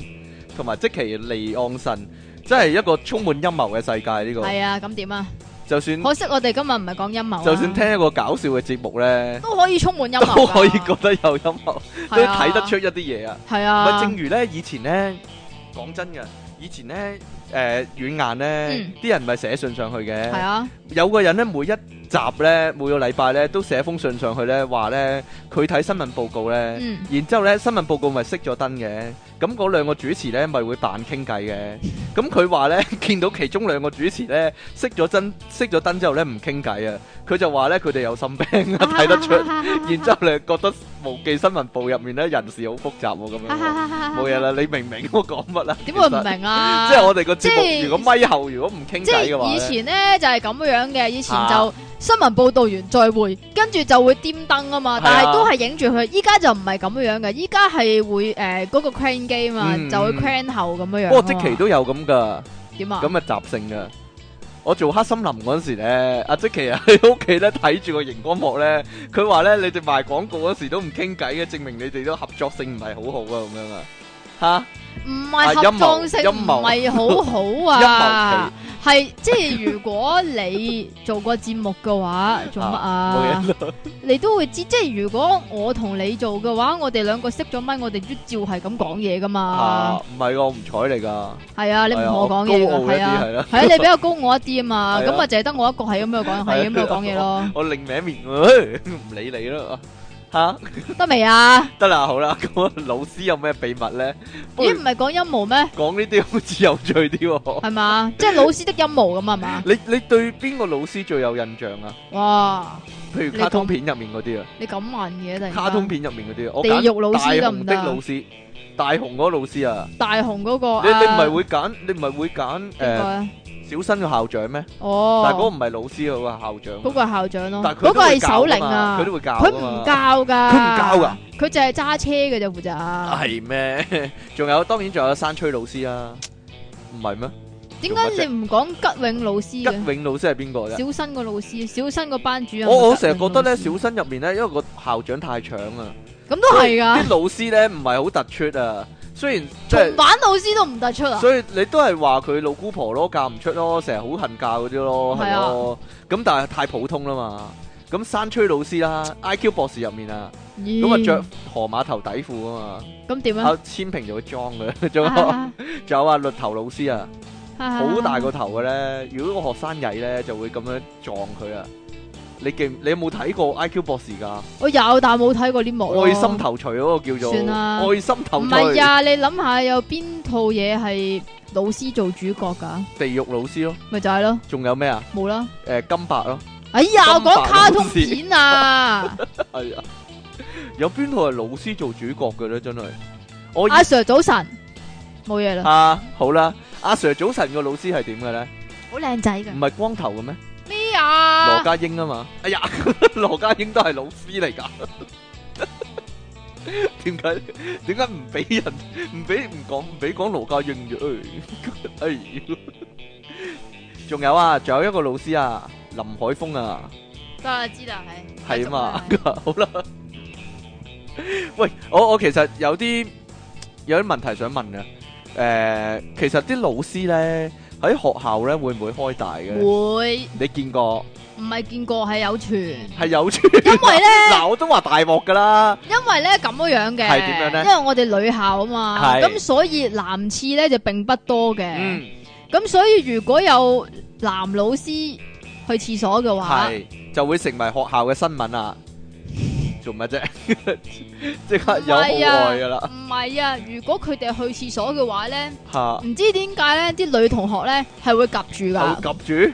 同埋即其離岸神，真係一個充滿陰謀嘅世界呢、個。
係啊，咁點啊？
就算
可惜我哋今日唔係講陰謀啊，
就算聽一個搞笑嘅節目咧，
都可以充滿陰謀㗎，
都可以覺得有陰謀，都
係啊
睇得出一啲嘢啊。
係
咪
啊，
正如咧，以前咧，講真嘅，以前咧，誒軟硬咧
嗯，
啲人咪寫信上去
係
嘅。
啊，
有個人咧，每一集咧，每個禮拜咧，都寫封信上去咧，話咧佢睇新聞報告咧，
嗯，
然之後咧新聞報告咪熄咗燈嘅。咁嗰兩個主持咧，咪會扮傾偈嘅。咁佢話咧， 見到其中兩個主持咧熄咗燈，熄咗燈之後咧唔傾偈啊，佢就話咧佢哋有心病啊，睇得出。然 之後你覺得無記新聞部入面咧人事好複雜喎，咁樣喎。冇嘢啦，你明唔明我講乜啦？
點會唔明啊？
其實？即係我哋個
即
節
係
目，如果咪後如果唔傾
即
偈嘅
係
話
以
咧，
前咧就係咁樣嘅，以前
啊
就新聞報導完聚會，跟住就會點燈啊嘛，
係啊
但係都係影住佢。依家就唔係咁樣嘅，依家係會誒嗰個 crane 機嘛，
嗯
就會 crane 後咁樣樣啊
不過
嘛。
即期都有咁噶，
點啊？
咁嘅習性噶。我做黑森林嗰陣時咧，阿即奇啊喺屋企咧睇住個熒光幕咧，佢話咧你哋賣廣告嗰時都唔傾偈嘅，證明你哋都合作性唔係好好啊，咁樣啊，吓
唔
啊
係
陰謀
合作性
陰
唔
謀
係好好 啊，係即係如果你做過節目嘅話，做乜
冇
啊？
嘢啦，
你都會知，即係如果我同你做嘅話，我哋兩個熄咗咪，我哋都照係咁講嘢噶嘛
啊。唔係㗎，我唔睬你噶，
係啊，你唔
係啊
同我講
我
嘢
高傲
噶，
一
係
啲
啊，
係啦，
係啊，你比較高我一啲啊 嘛，
係啊
咁啊就係得我一個係咁 樣講，係咁樣講嘢咯，
我另歪面，唉唔理你啦，吓
得未啊？
得啦，好啦，咁啊老師有咩秘密咧？不如
咦，唔係講陰謀咩？
講呢啲好似有趣啲喎。
係嘛？即係老師的陰謀咁啊係嘛？
你你對邊個老師最有印象啊？
哇！
譬如
你
卡通
講
片入面嗰啲啊，
你咁問嘅突然間
卡通片入面嗰啲啊，我
地
揀
獄老師
大
得
雄的
唔得
老師，大雄嗰個老師啊，
大雄嗰個
你你唔
啊
係會揀你唔係會揀
邊個
誒
啊？
小新嘅校長咩？但係嗰個
哦，
唔係老師啊，嗰個係校長。
嗰個係校長咯，
但係佢
嗰個係首領
領
啊
佢，都會教
佢
㗎
唔
嘛。
教噶，
佢唔教㗎，
佢就係揸車嘅啫負責。
係 咩？仲有當然仲有山吹老師啦，唔係咩？
點解你唔講吉永老師
吉
嘅？
永老師係邊個啫？
小新個老師，小新個班主任。啊
我我成日覺得咧，
吉永
小新入面咧，因為個校長太搶啊。
老師咁都係噶。
啲老師咧唔係好突出啊，雖然即
重
係，
版老師都唔突出啊！
所以你都係話佢老姑婆咯，嫁唔出咯，成日好恨嫁嗰啲咯，係
係啊
咯，咁但係太普通啦嘛。咁山吹老師啦，IQ 博士入面啊，咁啊
咦
着河馬頭底褲啊
咁點
嘛，
啊？
阿千平就會裝嘅， 仲有
啊
仲有啊律頭老師啊，好大！個
啊
頭嘅咧，如果個學生曳咧就會咁樣撞佢啊。你記唔你有冇睇過 IQ 博士㗎？
我有，但係冇睇過呢幕咯。
愛心頭錘嗰個叫做
哦算啦
愛心頭
唔
錘
係啊！你諗下有邊套嘢係老師做主角㗎？
地獄老師咯，
咪就係咯，
仲有咩啊？
冇啦！
誒金伯咯，
哎呀，我
金白
講卡通
老師
片啊！
係啊，有邊套係老師做主角嘅咧？真係 我以
阿 Sir 早晨，冇嘢啦，
啊，好啦，阿 Sir 早晨個老師係點嘅咧？
好靚仔㗎
唔係光頭嘅咩？
咩
羅
啊？
家英啊嘛，哎呀， 羅家英都係老師嚟 噶，點 解點解唔俾人唔俾唔講唔俾講羅家英嘅？哎呀，仲有啊，仲有一個老師啊，林海峰啊。
得啦，知啦，係
系啊 嘛
繼續啦，
好啦。喂，我我其實有啲有啲問題想問嘅。誒、其實啲老師咧喺學校咧會唔會開大嘅？
會
你見過
唔係見過係有傳，因
係有傳
為咧。
嗱，我都話大鑊噶啦，
因為咧咁樣樣嘅，
係點樣呢
因為我哋女校啊嘛，
係
咁所以男廁咧就並不多嘅。
嗯，
咁、所以如果有男老師去廁所嘅話，
係就會成為學校嘅新聞啊！做乜啫？ 即刻有
唔
好
係啊
愛噶啦
唔係啊，如果佢哋去廁所嘅話咧，
嚇，
唔知點解咧啲女同學咧係會夾住噶，
好及住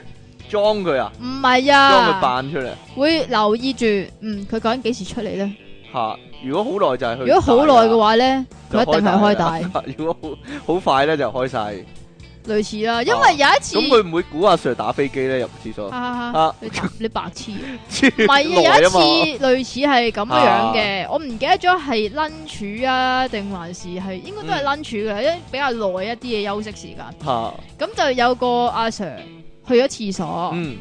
裝佢啊，
唔係
裝佢
啊，
扮出嚟
會留意住，嗯，佢究竟幾時出嚟咧？
嚇。如果好耐就係去，啊
如果好耐嘅。話咧，佢一定係開大，
如果好好快咧就開晒。
類 似啦，因為有一次，
咁佢唔會估阿 Sir 打飛機咧入廁 所，
哈哈哈
啊
你白你白 痴啊！
唔
唔係啊，有一次
嘛，啊
類似係咁樣嘅，我唔記得咗係 lunch 啊，定還是係應該都係
嗯
lunch 嘅，因為比較耐一啲嘅休息時間。
嚇，
咁就有個阿 Sir 去咗廁所，
嗯，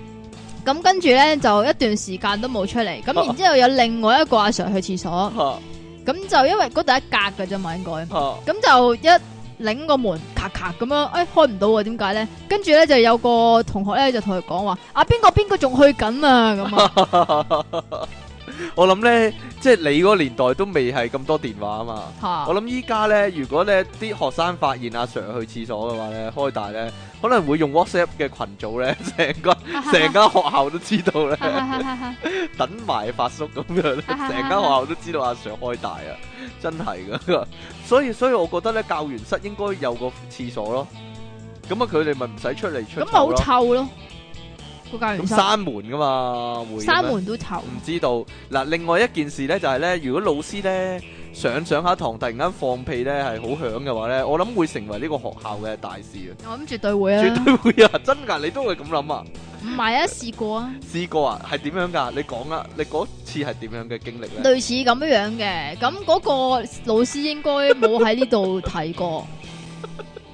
咁跟住咧就一段時間都冇出嚟，咁
啊
然之後有另外一個阿 Sir 去廁所，
嚇
咁就因為嗰度一格嘅啫嘛，應該。
嚇
咁就一擰個門，咔咔咁樣，哎開唔到啊？點解咧？跟住咧就有個同學咧就同佢講話：啊邊個邊個仲去緊啊咁 啊！
我諗咧，即係你嗰個年代都未係咁多電話啊嘛。我
嚇
諗依家咧，如果咧啲學生發現阿 Sir 去廁所嘅話咧，開大咧，可能會用 WhatsApp 嘅群組咧， 成 個成間學校都知道咧，等埋發叔咁 樣咧，成間學校都知道阿 Sir 開大啊，真係噶。 所以所以，我覺得咧，教員室應該有個廁所咯。咁啊，佢哋咪唔使出嚟出
咁咪
走
啊好
咯。
臭咯，個教員
咁
室
閂門噶嘛，會嘅咩嗯
閂門都臭，
唔知道嗱，另外一件事咧就係咧，如果老師咧上上下堂突然間放屁咧係好響嘅話咧，我諗會成為呢個學校嘅大事啊！
我諗絕對會啊！
絕對會啊，真㗎，你都會咁諗啊？
唔係啊，試過啊，
試過啊，係點樣㗎？你講啊，你嗰次係點樣嘅經歷咧？
類似咁樣嘅，咁嗰個老師應該冇喺呢度提過，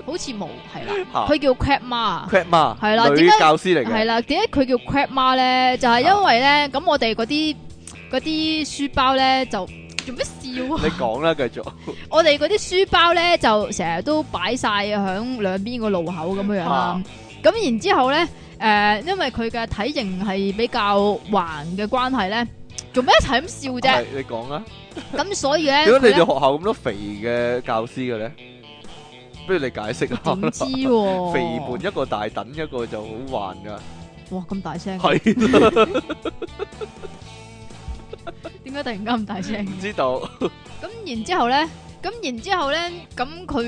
好似冇係啦，
嚇
佢叫 crab 媽啊。
，crap 嘛，
係啦
女
點解
教師嚟
系
嘅，啊
啦，點解佢叫 crab 媽咧？就係因為咧，咁我哋嗰啲嗰啲書包咧就做咩笑 啊？
你講啦，繼續
我哋嗰啲書包咧就成日都擺晒響兩邊個路口咁樣樣啦
啊。
咁然之後咧，诶、因為佢嘅體型係比較橫嘅關係咧，做咩一齊咁笑啫
係？你講啦。
咁所以
點
咧，
解你哋
佢呢
學校咁多肥嘅教師嘅咧？不如你解釋下
點知
啦。
喎？
肥胖一個大等，一個就好橫㗎，
哇咁大 聲，
係
點解突然間咁大聲？
唔知道。
咁然之後咧，咁然之後咧，咁佢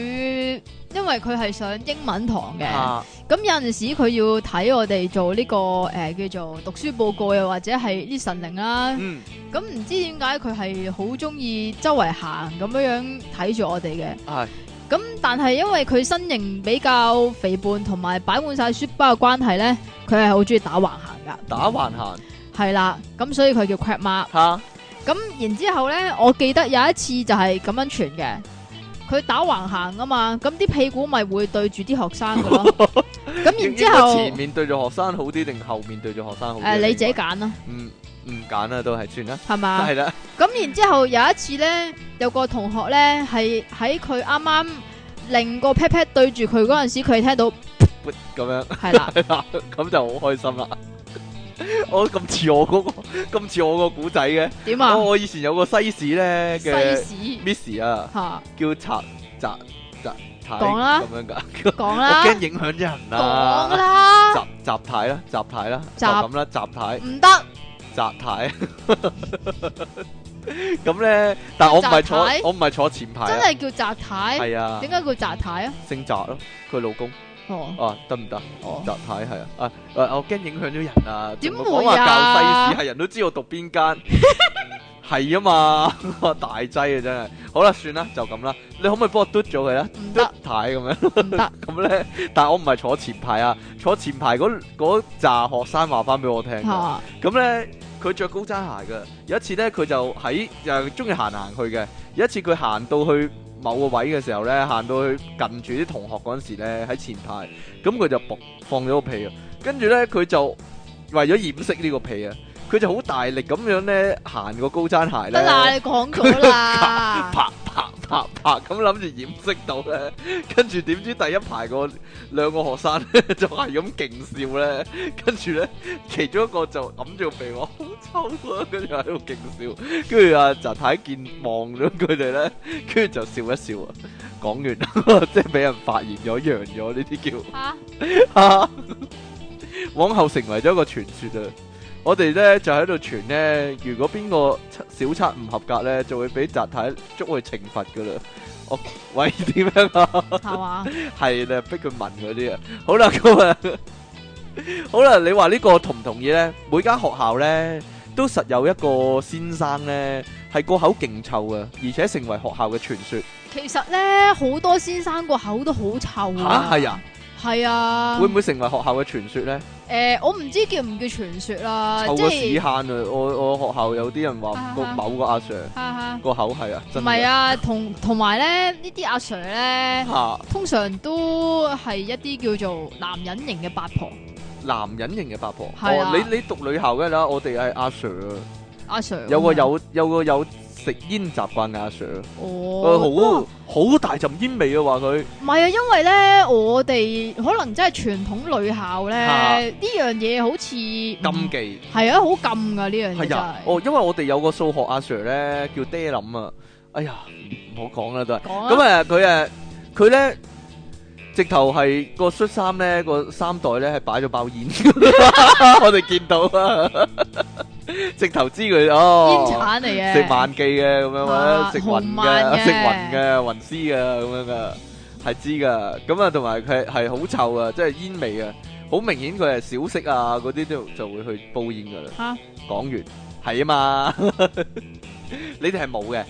因為佢係上英文堂嘅，
啊
咁有陣時佢要睇我哋做呢、個誒、呃叫做讀書報告，啊又或者係啲神靈啦。
嗯。
咁唔、知點解佢係好中意周圍行咁樣樣睇住我哋嘅。
係
咁但係因為佢身形比較肥胖，同埋擺滿晒書包嘅關係咧，佢係好中意打橫行噶。
打橫行
係啦，咁所以佢叫 crab 媽。
吓，
咁然之後咧，我記得有一次就係咁樣傳嘅，佢打橫行啊嘛，咁啲屁股咪會對住啲學生噶咯。 咁然之後，
應該前面對住學生好啲定後面對住學生好啲？
誒你自己揀啦，
唔嗯唔揀啦，都係算啦，
係嘛
係？啦，
咁然之後有一次咧，有個同學咧係喺佢啱啱令個 pat pat 對住佢嗰陣時，佢聽到
咁樣，
係啦
係啦，咁就好開心啦。 我咁似我嗰個，咁似我個古仔嘅。
點啊
我？我以前有個西史咧哦嘅
西屎
Miss 啊，
嚇
叫查查查睇
講啦
咁樣噶，
講
我
啦，
驚影響啲人
講
啊。
啦
集，集睇啦，集睇啦，就
集
咁啦，集睇。
唔得，
扎太。咁咧，但我唔係坐
宅太，
我唔係坐前排
真
啊，
係叫宅太，
係啊
點，解叫宅太啊？
姓澤咯，佢老公
哦
啊，得唔得？
哦。
澤太係啊，啊，啊我驚影響咗人啊，
點
同我講話
會啊
教西史係人都知我讀邊間， 係啊嘛， 大劑啊真係。好啦，算啦，就咁啦。你可唔可以幫我嘟咗佢咧？啊
唔
嘟
得
太咁樣，
唔得，
咁咧，但我唔係坐前排啊，坐前排嗰嗰扎學生話翻俾我聽㗎。
吓
咁咧，佢着高踭鞋嘅。有一次咧，佢就喺又中意行嚟行去嘅。有一次佢行到去某個位嘅時候咧，行到去近住啲同學嗰陣時咧，喺前排，咁佢就噗放咗個屁啊。跟住咧，佢就為咗掩飾呢個屁啊，佢就好大力咁樣咧行個高踭鞋
得啦，
咧，
你講咗 啦，
啪啪啪啪咁諗住掩飾到咧。跟住點知第一排個兩個學生咧就係咁勁笑咧，跟住咧其中一個就揞住個鼻話好臭啊，跟住喺度勁笑，跟住阿澤太見望咗佢哋咧，跟住就笑一笑啊。講完即係俾人發現咗、揚咗呢啲叫。
吓
啊！ 往後成為咗一個傳說啊！我哋咧就喺度傳咧，如果邊個測小測唔合格咧，就會俾集體捉去懲罰噶啦。我 喂點樣啊？
係嘛？
係啦，逼佢問嗰啲啊。好啦， 咁啊，好啦，你話呢個同唔同意咧？每間學校咧都實有一個先生咧係個口勁臭啊，而且成為學校嘅傳說。
其實咧好多先生個口都好臭
吓
啊，
係啊，
系啊，
會唔會成為學校嘅傳說咧？
诶、我唔知叫唔叫傳說啦，
臭
即
個屎
係
坑啊！我我學校有啲人話個
啊
某個阿 Sir
哈哈，
個口係啊，
唔
真
係
啊，
啊，同同埋咧呢啲阿 Sir 咧，
嚇
通常都係一啲叫做男人型嘅八婆
男人型嘅八婆。
係啊
哦，你你讀女校嘅啦，我哋係阿 Sir 啊，
阿 Sir，
有個
咁樣
有有個有食煙習慣嘅阿 Sir，
哦
佢，好好大陣煙味啊！話佢
唔係啊，因為咧我哋可能真係傳統女校
啊
咧呢樣嘢好似禁
禁忌
係啊，好禁噶呢樣嘢
係
真
啊，
係。
哦，因為我哋有個數學阿 Sir 咧叫爹林啊，哎呀唔好講啦都係。
講
咁誒
啊，
佢誒佢咧直頭係個恤衫咧個衫袋咧係擺咗包 煙，我哋見到啊，直頭知佢
煙
哦。
鏟嚟嘅，
食晚記嘅咁樣或者
啊
食雲
紅鰻
嘅
嘅
食雲嘅雲絲嘅咁樣噶，係知噶。咁啊，同埋佢係係好臭啊，即係煙味啊，好明顯佢係小息啊嗰啲都就會去煲煙噶啦。
嚇，
講完係啊嘛， 你哋係冇嘅，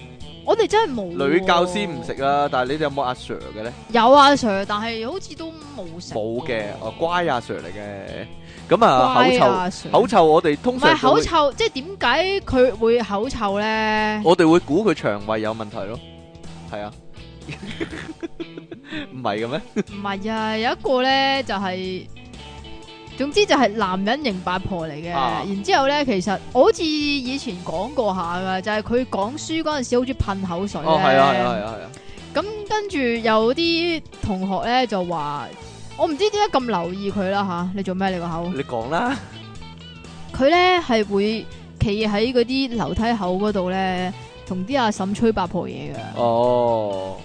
我哋真係冇喎
女教師唔食啊，但係你哋有冇阿 Sir 嘅咧？
有啊 Sir，但係好似都冇食
冇嘅
喎，
哦，乖阿 Sir 嚟嘅。咁啊，
乖
口臭，
啊 Sir
口臭，我哋通
唔
常
係
就會
口，臭，即係點解佢會口臭咧？
我哋會估佢腸胃有問題咯。係啊， 唔係嘅咩？
唔係啊，有一個咧就係、總之就係男人型八婆嚟嘅。
啊
然之後咧，其實我好似以前講過下噶，就係佢講書嗰陣時好中意噴口水
哦，係啊，係啊，係
啊。
啊，係啊，
咁跟住有啲同學咧就話。我唔知點解咁留意佢啦吓，你做咩你個口？
你講啦，
佢咧係會企喺嗰啲樓梯口嗰度咧，同啲阿嬸吹八婆嘢噶。
哦，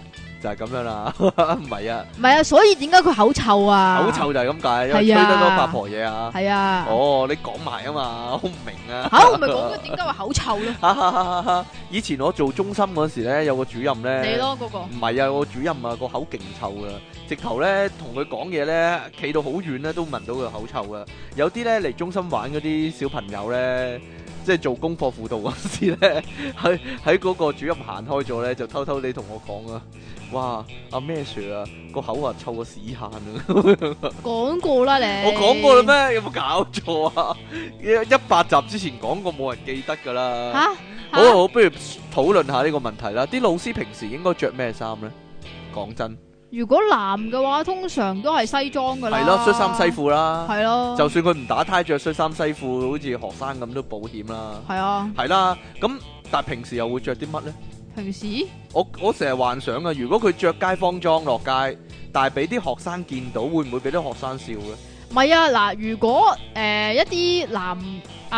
就係咁樣啦， 唔係啊，
唔係啊，所以點解佢口臭啊？
口臭就係咁解，因為吹
係啊
得多八婆嘢啊。
係啊。
哦，你講埋啊嘛，我唔明啊。
吓，我咪講佢點解話口臭 咯？
哈哈哈哈！以前我做中心嗰時咧，有個主任咧，
你咯嗰個
唔係啊，我主任啊個口勁臭噶，直頭咧同佢講嘢咧，企到好遠咧都聞到佢口臭噶。有啲咧嚟中心玩嗰啲小朋友咧，即係做功課輔導嗰時咧，喺喺嗰個主任行開咗咧，就偷偷地同我講啊，哇，阿咩 Sir 啊，個口啊臭過屎坑啊！
講過啦你。
我講過啦咩？有冇搞錯啊？一一百集之前講過，冇人記得噶啦。
吓？
好啊，好，不如討論下呢個問題啦。啲老師平時應該着咩衫咧？講真。
如果男嘅話，通常都係西裝噶啦。
係咯，恤衫西。褲啦。
係咯。
就算佢唔打呔着恤衫西褲，好似學生咁都保險啦。
係啊，
係啦，咁但係平時又會着啲乜呢？
平時
我我成日幻想啊，如果佢着街坊裝落街，但係俾啲學生見到，會唔會俾啲學生笑呢？
唔係啊嗱，如果誒一啲男 阿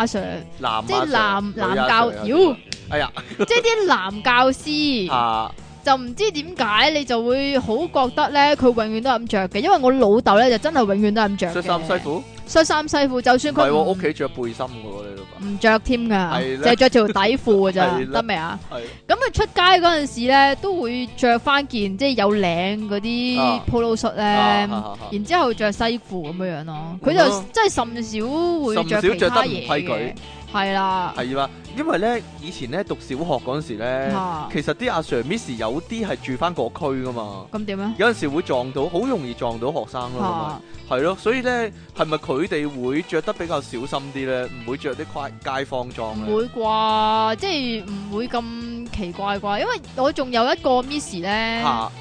Sir，
男啊
即係男
女啊
男教
女啊，
妖，
哎呀
即係啲男教師
啊
就唔知點解你就會好覺得咧，佢永遠都係咁着嘅，因為我老豆咧就真係永遠都係咁着嘅
恤衫西，褲，唔
恤衫西褲，就算
係
佢
喎，
唔
屋企着背心嘅喎，你老闆
唔着添噶，
係
就
啦
係着條底褲噶咋，
係啦
得未啊？
係
咁啊出街嗰陣時咧，都會着翻件即係有領嗰
啊
啲 polo 恤
啊
咧，
哈哈哈
然之後着西褲咁樣樣咯。佢
咁
就
咯
真係甚少會着
甚少
其
着得
他
唔
嘢
規矩
嘅，係啦，
係啦，因為呢，以前呢讀小學嗰陣時呢，
嚇
其實啲阿 Sir、Miss 有啲係住翻個區噶嘛。
咁點咧？
有陣時會撞到，好容易撞到學生咯咁
嚇，
咪係咯，所以咧係咪佢哋會着得比較小心啲咧？唔會着啲街街坊裝
唔
咧？
會啩，即係唔會咁奇怪啩，因為我仲有一個 miss Ờ, 咧，
嚇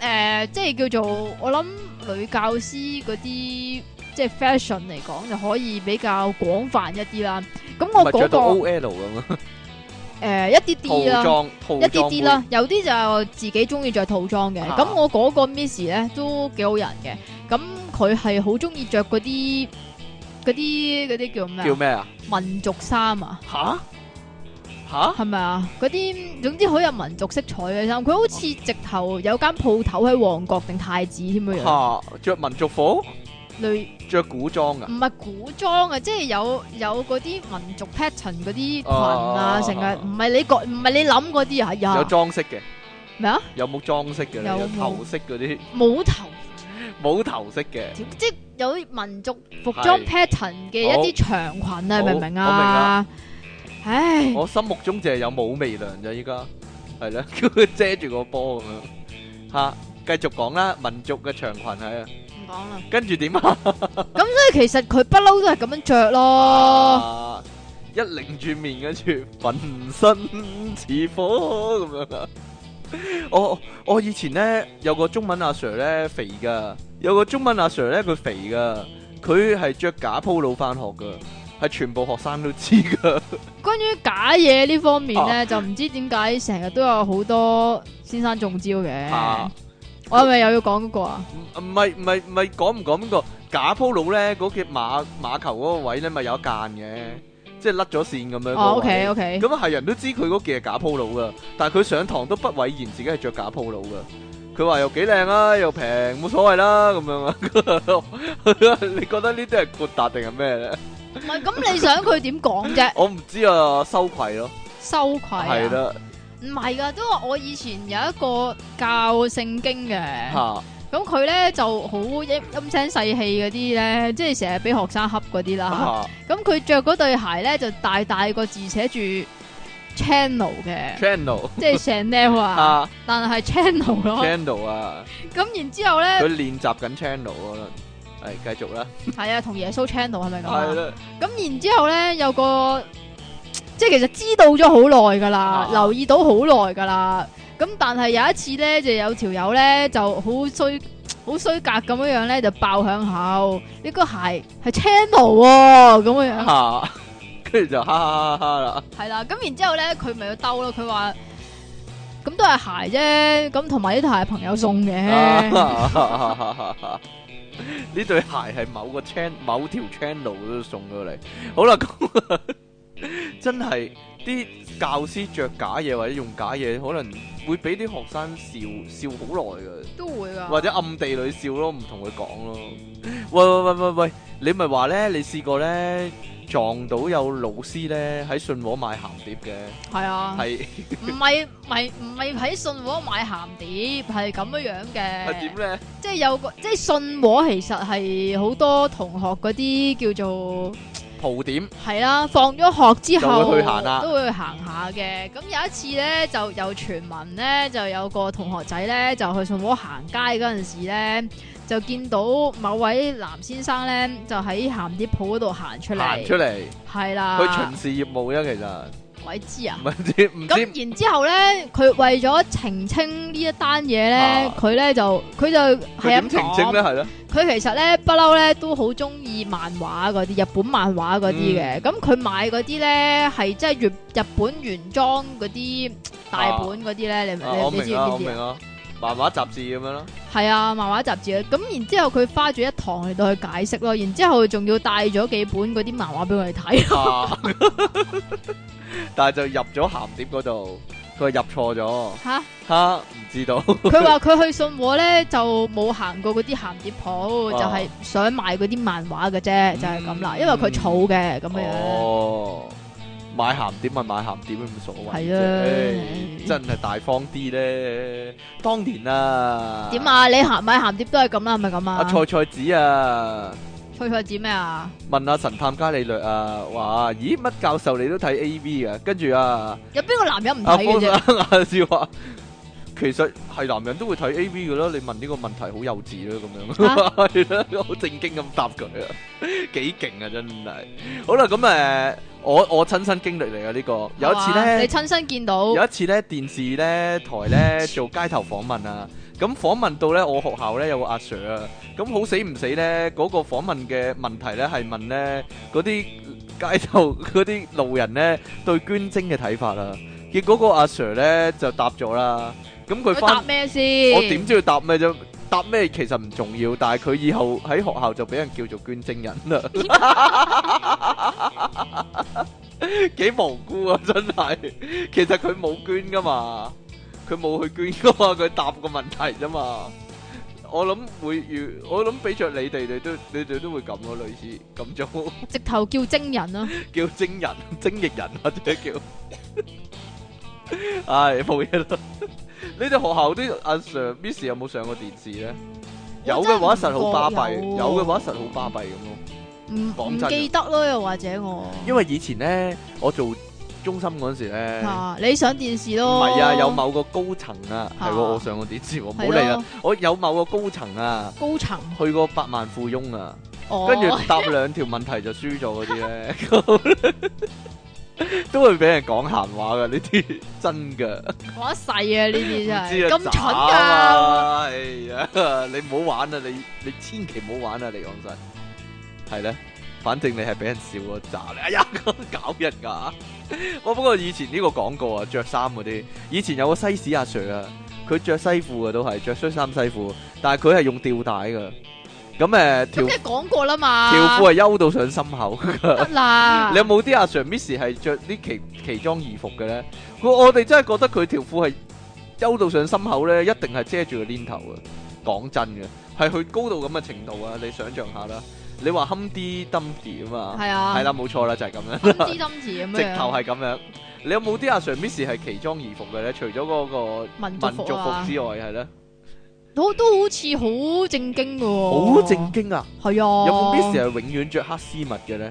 誒即係叫做我諗女教師嗰啲。即係 fashion 嚟講就可以比較廣泛一啲啦。咁
唔
我
係
嗰
着到
個
O L 咁啊，
誒、一啲啲
套
啦，
裝套
一啲
裝
啲啦，有啲就自己中意着套裝嘅。
啊
咁、我嗰個 Miss 咧都幾好人嘅，咁佢係好中意着嗰啲嗰啲嗰啲叫咩
會
啊
叫咩啊？
民族衫啊，
吓吓
係咪啊？嗰啲總之好有民族色彩嘅衫，佢好似直頭有間鋪頭喺旺角定太子添樣樣，
吓，着民族服，
類
着古裝噶
唔係古裝啊，即係有有嗰啲民族 pattern 嗰啲裙
啊
啊，成日唔係你覺唔係你諗嗰啲啊，
有
呀
裝飾嘅，
咩啊？
有冇裝飾嘅咧？
有
有
冇
頭飾嗰啲，
冇頭。
冇頭飾嘅。
條即係有民族服裝
係
pattern 嘅一啲長裙
好
啊，明唔明啊？唉，
我心目中就係有冇微涼咋，依家係啦， 遮住個波咁樣吓。繼續講啦，民族嘅長裙係啊，
唔唔講啦。
跟住點啊？
即係其實佢不嬲都係咁樣着咯，
啊 一擰住面跟住浑身似火咁樣啊！ 我我以前咧有個中文阿 Sir 咧肥噶，有個中文阿 Sir 咧佢肥噶，佢係着假鋪路翻學噶，係全部學生都知噶。
關於假嘢呢方面
啊
咧，就唔知點解成日都有好多先生中招嘅。
啊
我係咪又要講嗰個啊？
唔唔係唔係唔係講唔講呢個假鋪路咧？嗰隻馬馬球嗰個位咧咪有一間嘅，即係甩咗線咁樣嗰個位。
哦，OK Ờ, OK，
咁係人都知佢嗰件係假鋪佬噶，但係佢上堂都不諱言自己係着假鋪佬噶。佢話又幾靚啊，又平，冇所謂啦咁樣啊。 你覺得呢啲係豁達定係咩咧？
唔係咁你想佢點 講啫？
我唔知啊，羞愧咯，
羞愧
係
啊？
啦
唔係噶，都話我以前有一個教聖經嘅。
嚇，
咁佢咧就好陰陰聲細氣嗰啲咧，即係成日俾學生恰嗰啲啦。
嚇
咁佢着嗰對鞋咧就大大個字寫住 channel 嘅，
channel
即係 Chanel 啊，
啊
但係 channel 咯。
channel à. 啊，
咁然之後
佢
咧，
練習緊 channel 可能係繼續啦，
係啊，同耶穌 channel 係咪咁
係
啊？
啦，
咁然之後咧有個，即係其實知道咗好耐噶啦
啊，
留意到好耐噶啦。咁但係有一次咧，就有條友咧就好衰。好衰格咁樣樣咧，就爆響口。你個鞋係 channel 喎，咁樣樣
嚇，跟住就哈哈哈哈啦，
係啦，咁然之後咧，佢咪要兜咯。佢話咁都係鞋啫，咁同埋呢對鞋係朋友送嘅，
À, 啊呢對鞋係某個 chan 某條 channel 都送咗嚟。好啦， 咁真係啲教師着假嘢或者用假嘢，可能會俾啲學生笑笑好耐噶，
都會噶。
或者暗地裏笑咯，唔同佢講咯。喂喂喂喂喂，你咪話咧，你試過咧撞到有老師咧喺信和賣鹹碟嘅，
係啊，
係
唔係唔係唔係喺信和買鹹碟，係咁樣
係
樣
啊點
嘅。
咧？
即係有個即係信和其實係好多同學嗰啲叫做
蒲點
係啦，放咗學之後
就會去行啦
都會去行下嘅。咁有一次咧，就有傳聞咧，就有個同學仔咧，就去信和行街嗰陣時咧，就見到某位男先生咧，就喺鹹碟鋪嗰度行出
行
嚟，
出嚟
係啦，
去巡視業務啫，其實。
鬼知啊！
唔知唔知
咁然之後咧，佢為咗澄清呢一單嘢咧
啊，
佢咧就佢就
佢點
係咁
澄清咧？
講。
係咯，
佢其實咧不嬲咧都好中意漫畫嗰啲日本漫
嗯
畫嗰啲嘅，咁佢、買嗰啲咧係即係日日本原裝嗰啲大本嗰啲咧，你
啊我
你你知
明
唔
啊，我
知邊
明
啲啊？
啊，漫畫雜誌咁樣 咯，
係啊，漫畫雜誌啊，咁然之後佢花咗一堂嚟到去解釋咯，然之後仲要帶咗幾本嗰啲漫畫俾我哋睇，
啊 但係就入咗鹹碟嗰度，佢話入錯咗，
吓
吓唔知道，
佢話佢去信和咧就冇行過嗰啲鹹碟鋪，就係想買嗰啲漫畫嘅啫，就係咁啦，
哦嗯
因為佢儲嘅咁樣樣，
哦，買鹹碟咪買鹹碟，冇所謂啫，
係啊
唉真係大方啲咧，當年啊，
點？啊？你行買鹹碟都係咁啦，係咪咁
阿
啊？
菜菜子啊！
吹菜指咩啊？
問阿神探伽利略啊，話咦乜教授你都睇 A V 啊？跟住啊，
有邊個男人唔
阿啊
睇
方
嘅
生阿
啫？
少話，其實係男人都會睇 A V 嘅啦。你問呢個問題好幼稚啦，咁樣
啊
係啦，好正經咁答佢啊，幾勁啊真係。好啦，咁誒，我我親身經歷嚟嘅呢個，有一次
係嘛你
咧，
親身見到
有一次咧電視咧台咧做街頭訪問啊，咁訪問到咧我學校咧有個阿 Sir 啊，咁好死唔死咧嗰個訪問嘅問題咧係問咧嗰啲街頭 嗰啲路人咧對捐精嘅睇法啊。結果個阿 Sir 咧就答咗啦。咁佢
佢答
翻
咩先？
我點知佢答咩啫？答咩其實唔重要，但係佢以後喺學校就俾人叫做捐精人啦。 幾無辜啊！真係，其實佢冇捐噶嘛，佢冇去捐噶嘛，佢答個問題啫嘛。我諗會遇，我諗俾着你哋，你都你哋都會咁咯，類似咁做。
直頭叫精人啊！
叫精人、 精液人或者叫， 唉冇嘢啦。你哋學校啲阿 Sir、Miss 有冇上過電視咧？有嘅話實好巴閉，
我真係唔覺有喎
有嘅話實好巴閉咁咯。
唔
講
唔
真嘅
記得咯，又或者我
因為以前咧，我做中心嗰陣時咧，
啊，你上電視
唔
咯，
係啊，有某個高層啊，係
啊
喎，我上過電視喎，唔好
係咯
理啦，我有某個高層啊，
高層，
去過百萬富翁啊。
哦，
跟住答兩條問題就輸咗嗰啲咧， 都會俾人講閒話噶呢啲真噶，
玩一世啊呢
知
啲真係，
啊
咁蠢
渣
㗎，
啊！哎呀， 你唔好玩啊！你你千祈唔好玩啊！你講真，係咧，反正你係俾人笑嗰渣嚟，哎呀， 搞人噶！我不過以前呢個講過啊，着衫嗰啲，以前有個西史阿 Sir 啊，佢着西褲啊都係着恤衫西褲，但係佢係用吊帶噶，咁誒條
咁。啊你講過啦嘛，
條褲係優到上心口。
得啦，
你有冇啲阿 Sir Miss 係着啲奇奇裝異服嘅咧？佢我哋真係覺得佢條褲係優到上心口咧，一定係遮住個鏈頭嘅。講真嘅，係佢高到咁嘅程度啊！你想象下啦，你話 Humpty Dumpty 啊嘛，
係啊，
係啦，冇錯啦，就係咁樣。
啲心字咁樣，
直頭係咁樣。你有冇啲阿 Sir Miss 係奇裝異服嘅咧？除咗嗰個
民族
民
服
族服
啊，
之外，係咧，
都都好似好正經嘅喎，
好正，經啊！
係啊，
有冇 Miss 係永遠着黑絲襪嘅咧？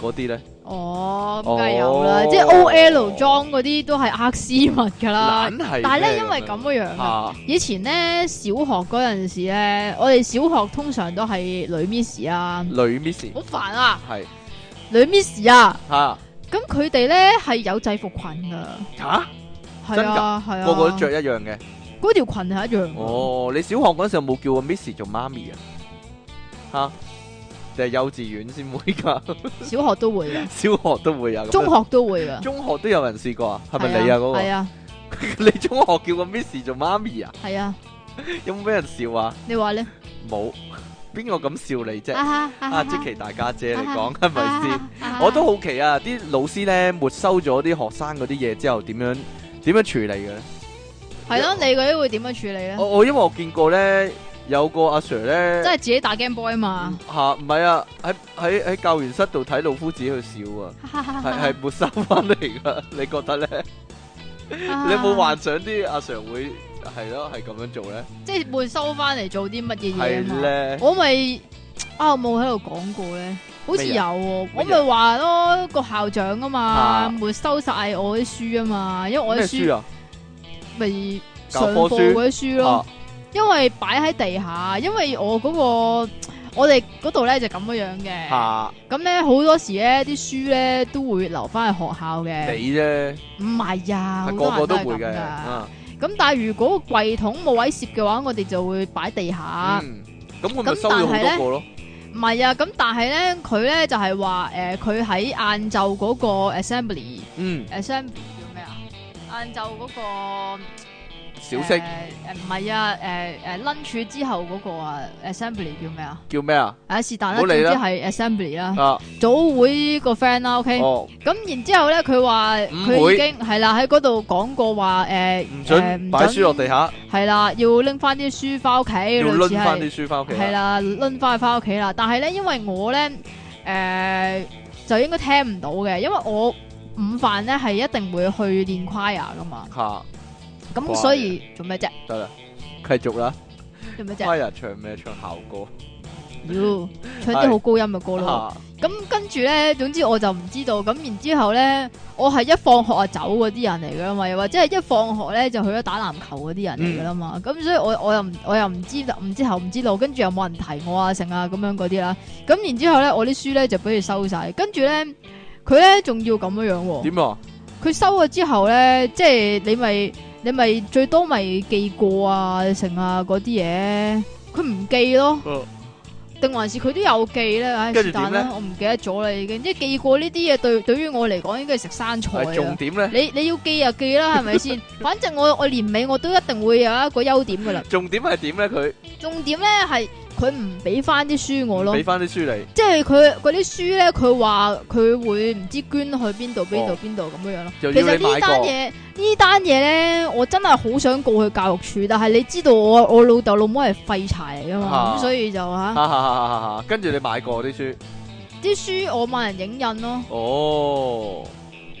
嗰啲咧？
哦，
哦
咁梗係有啦，即係 O L 裝嗰啲都係黑絲襪㗎啦。
懶係，
但係咧，因為咁嘅樣啊，
啊，
以前咧小學嗰陣時咧，我哋小學通常都係女 miss 啊，
女 miss
好煩啊，
係
女 miss 啊，
吓
咁佢哋咧係有制服裙㗎，
吓，真
係
㗎
啊係啊，
個個都，着一樣嘅。
嗰條裙係一樣㗎，
哦，你小學嗰陣時有冇叫個 miss 做媽咪啊？吓，定係幼稚園先會㗎，
小學都會嘅，
小學都會啊。咁樣
中學都會嘅，
中學都有人試過啊？係咪你啊？嗰
係
個
啊
你中學叫個 miss 做媽咪啊？
係啊，
有冇俾人笑啊？
你話咧
冇，邊個咁笑你啫？
啊哈
啊，即其大家姐嚟講係咪先？
啊
我都好奇啊！啲老師咧沒收咗啲學生嗰啲嘢之後，點樣點樣處理嘅咧？
係咯，你嗰啲會點樣處理咧？
我我因為我見過咧，有個阿 Sir
真係
咧
自己打 Game Boy 嘛，
嚇唔係啊，喺喺喺教員室度睇老夫子去笑啊， 係係沒收翻嚟噶。 你覺得咧？
啊
你有冇幻想啲阿 Sir 會係咯係咁樣做咧？
即係會收翻嚟做啲乜嘢嘢啊
係
嘛？
咧，
我咪啊，我冇喺度講過咧，好似
咩
有
呀咩
喎，我
呀
咪話咯個校長啊
啊
嘛，沒收晒我啲書啊嘛，因為我
咩
啲
書
書
啊？
咪
教
上
科
課
書
嗰啲書咯
啊，
因為擺喺地下，因為我嗰個。我哋嗰度咧就咁樣樣嘅，
嚇
咁咧好多時咧啲書咧都會留翻去學校嘅，
你啫，
唔係呀，
係
好
個個都
多人啊都係
會
咁
嘅。
㗎。
啊
咁但係如果個櫃桶冇位攝嘅話，我哋就會擺地下。
嗯，咁我咪
啊咁
收咗好
但係
多
呢
個咯。
唔係啊，咁但係咧，佢咧就係話誒，佢喺晏晝嗰個 assembly
嗯，
assembly 叫咩啊？晏晝嗰個
小息
誒誒唔係啊誒誒 lunch 之後嗰個啊 assembly 叫咩啊？
叫咩啊？
啊是但
唔
啦，
好
總
理
之
啦
係 assembly 啦，
啊，
早會個 friend 啦，OK。
哦，
咁然之後咧，佢話
唔
佢
會
已經係啦喺嗰度講過話誒
唔
誒
准擺書落地下，
係啦，要拎翻啲書翻屋企，
要
類似
攆翻
係
啲書翻屋企啊。
係啦，拎翻去翻屋企啦。但係咧，因為我咧誒、呃就應該聽唔到嘅，因為我午飯咧係一定會去練 choir 噶嘛。
嚇，
咁
乖
所以做咩啫？
得啦，繼續啦。
做咩啫？
Fire 唱咩？唱校歌。
妖唱啲好高音嘅歌咯。
啊
咁跟住咧，總之我就唔知道。咁然之後咧，我係一放學就走嗰啲人嚟噶嘛，又或者係一放學咧就去咗打籃球嗰啲人嚟噶啦嘛。咁、所以我我又唔我又唔知唔知頭唔知路，跟住又冇人提我啊，成啊咁樣嗰啲啦。咁然之後咧，我啲書咧就俾佢收晒，跟住咧佢咧仲要咁樣樣喎。
點啊？
佢收咗之後咧，即係你咪你咪最多咪記過啊，成啊嗰啲嘢，佢唔記咯。
Ờ,
定還是佢都有記咧？唉，
跟住
是但
點
啦
呢，
我唔記得咗啦已經。即係記過呢啲嘢，對對於我嚟講應該係食生菜
係重
啊。
點咧，
你你要記就記啦，係 咪先？反正我我年尾我都一定會有一個優點噶啦。
重點係點咧？佢
重點咧係佢唔俾翻啲書我咯
俾，翻啲書你。
即係佢嗰啲書咧，佢話佢會唔知捐去邊度邊度
哦
邊度咁樣樣咯。
就
其
要
實
你買
呢單
個
嘢呢單嘢咧，我真係好想告去教育處，但係你知道我我老豆老母係廢柴嚟噶嘛，
啊
咁所以就吓
哈哈哈哈哈哈，跟住你買過啲書。
啲書我問人影印咯。
哦，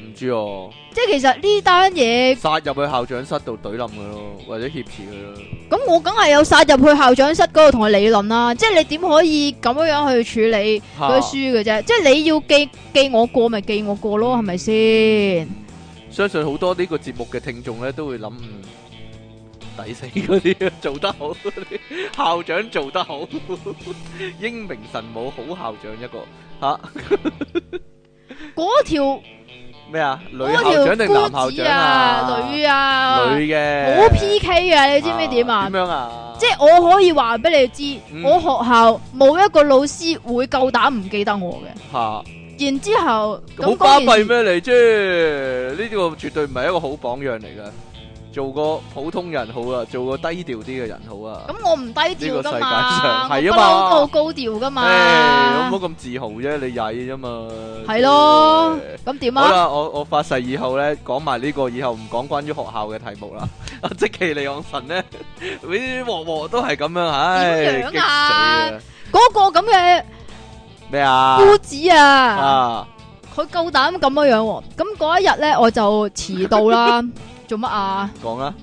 唔知哦，
即係其實呢單嘢，
殺入去校長室度懟冧佢咯，或者挾持佢咯。
咁我梗係有殺入去校長室嗰度同佢理論啦。即係你點可以咁樣樣去處理
嚇
佢書嘅啫？即係你要記記我過咪記我過咯，係咪先？
相信好多呢個節目嘅聽眾咧都會諗，嗯抵 死嗰啲做得好嗰啲校長做得 好，英明神武好校長一個吓
嗰條
咩啊？嗯女校長
嗰
定男校
條官子
長
啊，
啊？
女啊，
女嘅
好 à. P K 啊！你知唔知點啊？
點樣啊？
即系我可以話俾你知，
嗯
我學校冇一個老師會夠膽唔記得我嘅。
吓。
然之后
好
咁
巴
嗰
閉
件事，
咩你啫？呢個絕對唔係一個好榜樣嚟噶。做個普通人好啊，做個低調啲嘅人好啊。
咁我唔低調
呢個
噶嘛，
世界上係啊
我不
嘛
嬲都好高調噶
唉，
嘛
有，冇咁自豪啫？你曳啫嘛。
啊係咯
唉
咁點
好
啊？
啦，我我發誓以後咧講埋呢個，以後唔講關於學校嘅題目啦。 阿即其利昂神咧，永遠和和都係咁樣，唉，
點
激
樣
死
啊
啊！
嗰個咁嘅
咩啊？
姑子啊，
啊，
佢夠膽咁樣樣喎。咁嗰一日咧，我就遲到啦， 做乜啊？
講啦，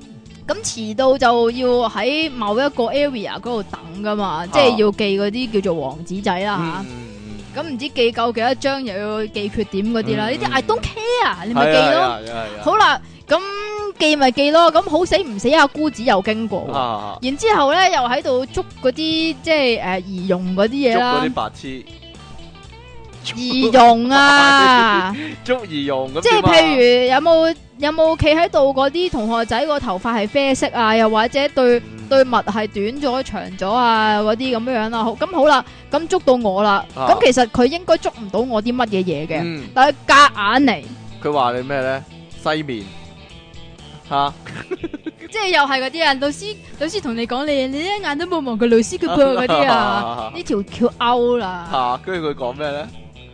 咁遲到就要喺某一個 area 嗰度等噶嘛，即係要記嗰啲叫做王子仔啦
嗯，
吓。咁唔知記夠幾多張，又要記缺點嗰啲啦。
嗯
呢啲 I don't care，你
你
咪記咯。
咯，
好啦，咁記咪記咯。咁好死唔死阿姑子又經過喎，
啊，
然之後咧又喺度捉嗰啲即係誒儀容嗰啲
捉
嘢
嗰
啦
啲，白痴。
儀容啊，
捉兒用咁
即
點
係
啊
譬如有冇有冇企喺度嗰啲同學仔個頭髮係啡色啊，又或者對。
嗯
對襪係短咗、長咗啊，嗰啲咁樣樣啦。好，咁好啦，咁捉到我啦。
啊
咁、其實佢應該捉唔到我啲乜嘢嘢嘅，
嗯，
但係夾硬嚟，
佢話你咩咧？西面吓，
即係又係嗰啲啊。老師，老師同你講你，你一眼都冇望過老師 嘅噃嗰啲啊。呢條橋勾啦，
吓，跟住佢講咩咧？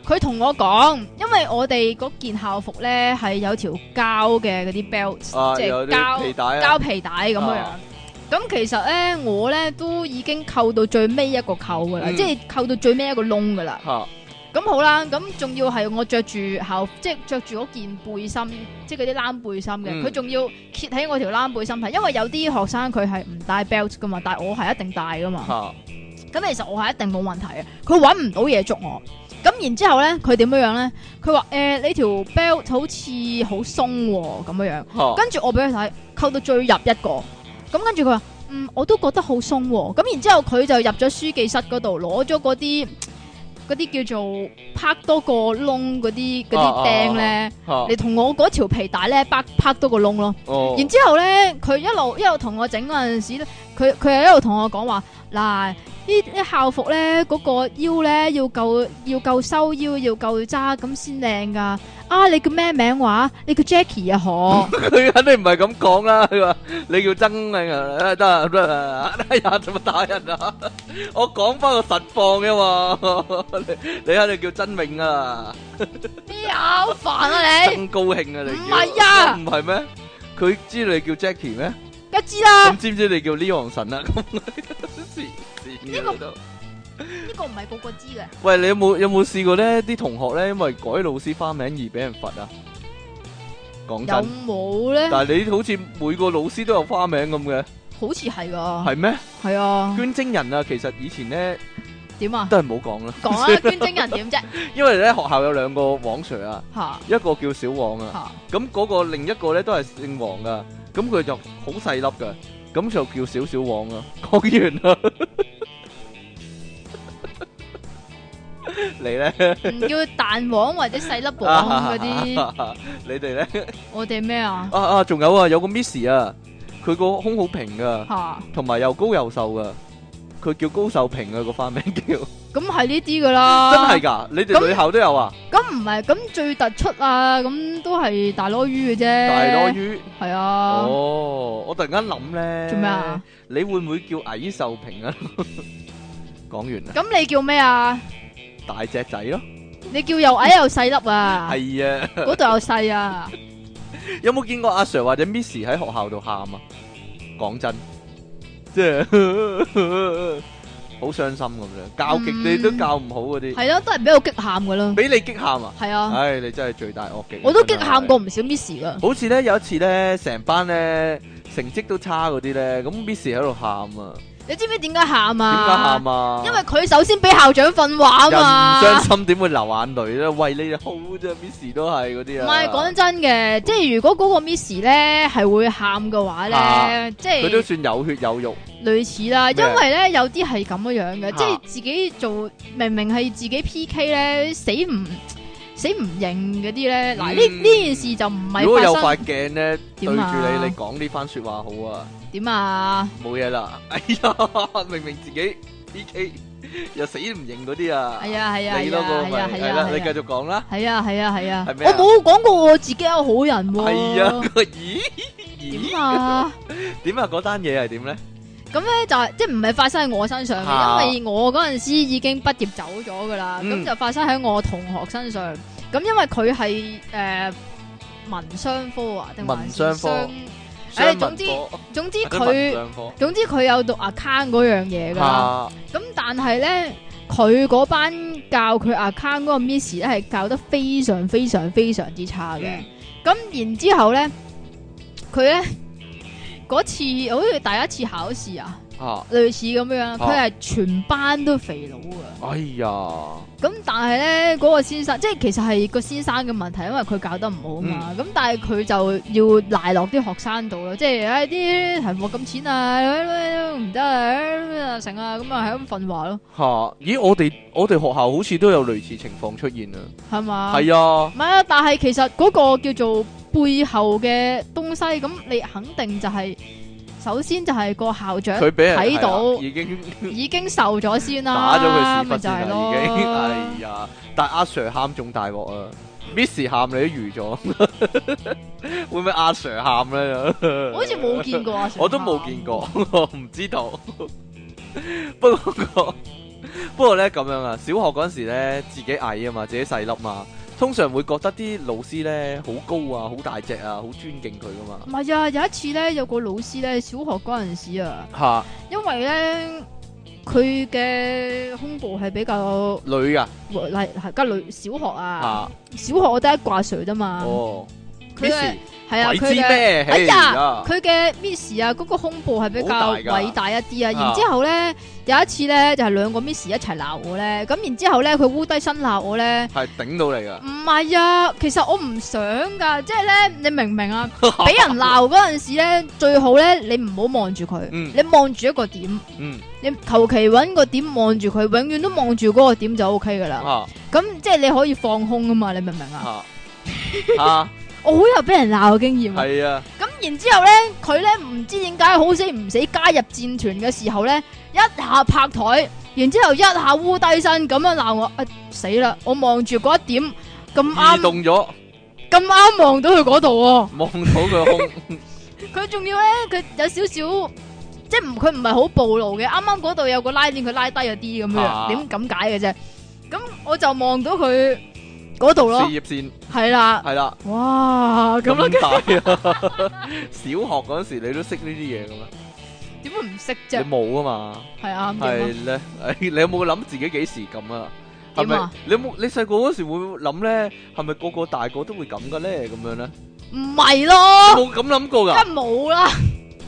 佢同我講，因為我哋嗰件校服咧係有條膠嘅嗰啲 belt，、
啊，
即
有
係
啲
膠
皮帶啊
膠，皮帶咁樣樣
啊。
咁其實咧，我咧都已經扣到最尾一個扣噶啦，
嗯
即係扣到最尾一個窿噶啦。
吓，
咁好啦，咁仲要係我着住校，即係着住嗰件背心，即係嗰啲冷背心嘅，
嗯
佢仲、要揭起我條冷背心睇，因為有啲學生佢係唔帶 belt 噶嘛，但係我係一定帶噶嘛，
吓，
咁其實我係一定冇問題嘅，佢揾唔到嘢捉我，咁然之後咧，佢點樣樣咧？佢話誒你條 belt 好似好鬆喎咁樣樣。
吓，
跟住我俾佢睇，扣到最入一個，咁跟住佢話：嗯，我都覺得好鬆喎、咁然之後佢就入咗書記室嗰度攞咗嗰啲嗰啲叫做拍多個窿嗰啲嗰
啊啊
啲釘咧，
吓，
你同我嗰條皮帶咧拍拍多個窿咯。
哦，
然之後咧，佢一路一路同我整嗰陣時咧，佢佢又一路同我講話嗱。呢啲校服咧，嗰、個腰咧要夠要夠收腰，要夠揸咁先靚噶。啊，你叫咩名話？你叫 Jackie 啊，可？
佢肯定唔係咁講啦，佢話你叫曾啊，得啊得啊，哎呀，做乜打人啊？我講翻個實況嘅嘛， 你你肯定叫曾永啊，
咩啊？好煩 啊你！
曾高興啊，你
唔
叫
係啊
唔係咩？佢知你叫 Jackie 咩？
梗知啦，
咁知唔知你叫呢行神啊？咁 黐線嘅
呢個
都
呢個唔係個個知嘅。
喂，你有冇有冇試過咧？啲同學咧，因為改老師花名而俾人罰啊？講
有
真，
冇咧？
但係你好似每個老師都有花名咁嘅，
好似係噶，
係咩？
係啊。
捐精人啊，其實以前咧
點啊？
都係唔好講啦，
講啊，捐精人點啫？
因為咧學校有兩個黃 Sir 啊，
吓
一個叫小黃啊，
吓
咁嗰個另一個咧都係姓黃噶，咁佢就好細粒噶，咁就叫小小黃啊。 講完啦，你咧？
唔叫蛋黃或者細粒黃嗰啲，
你哋咧
我哋咩啊？
啊啊，仲有啊，有個 Miss 啊，佢個胸好平噶，
吓
同埋又高又瘦噶，佢叫高瘦平啊個花名叫，真
咁係呢啲噶啦。
係㗎，你哋
咁
女校都有啊，
咁唔係咁最突出啊？咁都係大攞魚嘅啫。
大多魚，
係啊。
哦，我突然間諗咧，
做咩啊？
你會唔會叫矮瘦平啊？ 講完啦，
咁你叫咩啊？
大隻仔咯，
你叫又矮又細粒啊？
係啊，
嗰度又 細啊？
有冇見過阿 Sir 或者 Miss 喺學校度喊啊？講真，即係 好傷心咁樣，教極你都教唔好嗰啲。
嗯係咯，都係俾我激喊噶啦。
俾你激喊啊！
係啊，
唉，你真係罪大惡極。啊
我都激
真係
喊過。唔少 miss 噶。
好似咧有一次咧，成班咧成績都差嗰啲咧，咁 Miss 喺度喊啊，
你知唔知點解喊啊？
點解喊啊？
因為佢首先俾校長訓話啊
人唔傷
嘛。
心點會流眼淚咧？為你哋好啫，Miss 都係嗰啲
唔
啊。
係講真嘅，即係如果嗰個 Miss 咧係會喊嘅話
啊
咧，即
佢都
係
算有血有肉，
類似啦。
咩
因為咧有啲係咁樣樣嘅，
啊
即係自己做明明係自己 PK 咧，死唔死唔認嗰啲咧。嗱呢
嗯
呢件事就唔
如果有
係發
塊
生
鏡咧對住
點啊
你，你講呢番説話好啊，
點啊？
冇嘢啦。 哎呀，明明自己 PK 又死唔認嗰啲啊，
係啊係啊
你
係
嗰
啊
個
係
咪
啊
係
係
啦，
啊
你繼續講啦。
係啊係啊係啊
係，咩
我
啊
冇講過我自己係好人喎。
係啊， 咦咦，
點啊？
點啊？嗰單嘢係點咧？
咁咧就係即系唔係發生喺我身上嘅，
啊
因為我嗰阵时已經畢業走咗噶啦，咁、
嗯
就發生喺我同學身上。咁因為佢係诶文商科啊，定還是
文商科
商
商
唉
文
總之
科
總之
或者文
佢
商科
總之佢有讀 account 嗰樣嘢噶啦。
啊
咁、但係咧，佢嗰班教佢 account 嗰個 miss 咧係教得非常非常非常之差嘅。
嗯
咁然之后咧，佢咧嗰次好似第一次考試啊。
啊，
類似咁樣，佢
啊
係全班都肥佬噶。
哎呀！
咁但係咧，嗰、個先生即係其實係個先生嘅問題，因為佢教得唔好嘛。
嗯
咁、但係佢就要賴落啲學生度咯，即係唉啲題目咁淺啊，唔得啊，成啊，咁啊係咁訓話咯，
吓，咦？我哋我哋學校好似都有類似情況出現啊。
係嘛？
係啊，
唔係啊，但係其實嗰個叫做背後嘅東西，咁你肯定就係、首先就係個校長
佢俾人
睇到
係啊已經
已經受咗先啦，
打咗佢屎忽
咪就
先
係
啦，
咯
已經。哎呀！但阿 Sir 喊仲大鑊啊，Miss 喊你都預咗， 會唔會阿 Sir 喊咧？
我好似冇見過啊！
我都冇見過， 我唔知道。不過 不過咧咁樣啊，小學嗰陣時咧自己矮啊嘛，自己細粒嘛，通常會覺得啲老師咧好高啊，好大隻啊，好尊敬佢噶嘛。
唔係啊，有一次咧，有個老師咧，小學嗰陣時啊，
吓
因為咧佢嘅胸部係比較
女啊噶
嗱係家女小學啊，
吓
小學我得一掛水啫嘛，
哦
嗯佢
，Miss
嘅係啊，
鬼
佢
知
嘅
咩？
哎呀
呀
佢嘅 Miss 啊，嗰個胸部係比
好
較
大㗎
偉大一啲啊，
啊
然之後咧有一次咧就係兩個 Miss 一齊鬧我咧，咁然之後咧佢烏低身鬧我咧。
係頂到你噶，
唔係啊，其實我唔想噶，即係咧，你明唔 明啊？俾人鬧嗰陣時咧，最好咧，你唔好望住佢，
嗯
你望住一個點，
嗯
你求其揾個點望住佢，永遠都望住嗰個點就 O K 噶啦。
吓
咁、即係你可以放空啊嘛，你明唔明啊？
吓吓
我好有俾人鬧嘅經驗啊。
係啊
咁然之後咧，佢咧唔知點解好死唔死加入戰團嘅時候咧，一下拍台，然之後一下烏低身咁樣鬧我，啊死啦！我望住嗰一點咁
移
啱。
動咗，
咁啱望到佢嗰度喎，
望到佢胸。
佢仲要咧，佢有少少即系唔佢唔係好暴露嘅，啱啱嗰度有個拉鏈，佢拉低咗啲咁
啊
樣，點咁解嘅啫？咁我就望到佢嗰度咯
事，業線
係啦，
係啦，
哇咁咯，
咁大啊！ 小學嗰陣時你都識呢啲嘢噶嘛？
點會唔識
你
啫？
冇啊嘛？
係啱啊嘅，
係咧，唉你有冇諗自己幾時咁啊？係
點
咪
啊？
你有冇？你細個嗰時會唔會諗咧？係咪個個大個都會咁嘅咧？咁樣咧？
唔係咯，
冇咁諗過
梗
㗎？
係冇啦，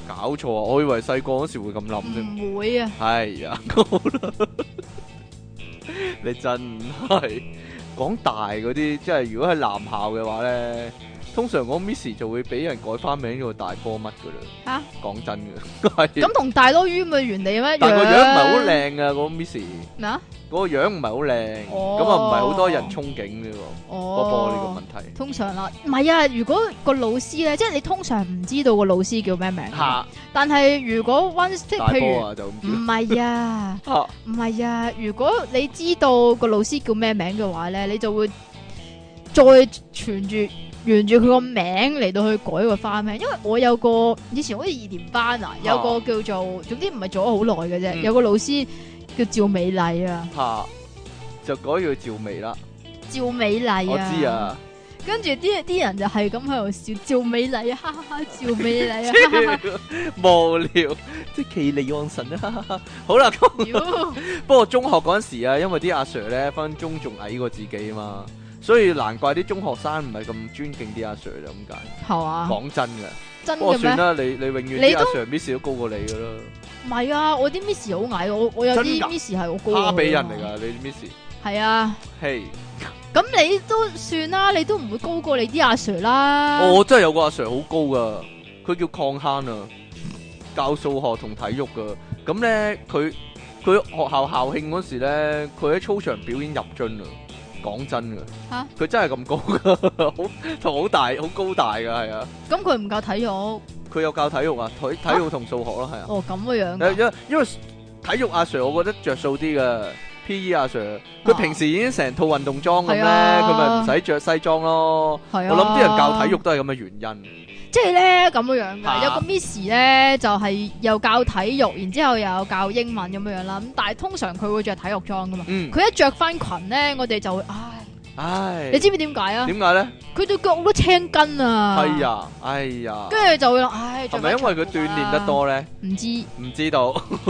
搞錯啊！我以為細個嗰時會咁
Ừ.
諗啫。
唔會啊，
系 啊，好啦，你真係講大嗰啲，即係如果係男校嘅話咧，通常講 Miss 就會俾人改翻名叫做大波乜噶啦。
嚇
講真嘅， 係
咁同大多魚咪原理咩一樣？
但個樣唔係好靚啊，嗰個 Miss
咩啊？
嗰個樣唔係好靚，
哦
咁啊唔係好多人憧憬嘅喎，波波呢
哦，
個問題
通常啦，唔係啊，如果個老師咧，即係你通常唔知道個老師叫咩名㗎嘛。
嚇
但係如果 one 即係
大
譬
波
如
啊就咁
唔係啊，
叫嚇
唔係啊，如果你知道個老師叫咩名嘅話咧，你就會再傳住沿住佢個名嚟到去改個花名，因為我有個以前好似二年班啊，有個叫做總之唔係做咗好耐嘅啫，
嗯
有個老師叫趙美麗啊，
嚇，就改咗趙薇啦，
趙美麗
我
啊，
知，啊，
跟住啲啲人就係咁喺度笑趙美麗啊，哈哈哈，趙美麗啊，哈哈哈
無聊，即係奇利安神啊，好啦，咁。
妖
不過中學嗰陣時啊，因為啲阿 Sir 咧分分鐘仲矮過自己啊嘛，所以難怪啲中學生唔係咁尊敬啲阿 Sir 就咁解。
系嘛？
講真嘅，
啊真
不過
嘅
算
咩？
啦，你你永遠
你
啲
都
阿 Sir Miss 都高過你噶啦，
唔係啊，我啲 Miss 好矮，我我有
真
啲
㗎
Miss 係好高。
蝦比人嚟。㗎，你啲 Miss。
係啊，
嘿，
咁你都算啦，你都唔會高過你啲阿 Sir 啦。
我真係有個阿 Sir 好高噶，佢叫邝坑啊，教數學同體育噶。咁咧，佢佢學校校慶嗰時咧，佢喺操場表演入樽啊。講真噶，
吓
佢真係咁高噶，好同好大，好高大噶，係啊。
咁佢唔夠體育，哦
佢有教體育啊，體體育同數學咯，係啊。
咁嘅樣㗎。
因因因為體育阿 Sir，我覺得着數啲嘅。P.E. 阿 Sir，佢平時已經成套運動裝咁咧，
係啊
佢咪唔使着西裝咯。
係啊。
我諗啲人教體育，都係咁嘅原因。
即係咧咁嘅樣
嚇
㗎。有個 Miss 咧就係又教體育，然之後又教英文咁樣樣啦。咁但係通常佢會着體育裝㗎嘛。
嗯，
佢一着翻裙咧，我哋就會唉，
唉，
你知唔知點解啊？
點解咧？
佢對腳都青筋啊。
哎。呀，哎呀，
跟住就會諗，唉，
係
着
咪
返
因為佢
長
鍛
褲
鍊
啦
得？多咧？
唔知。
唔知道。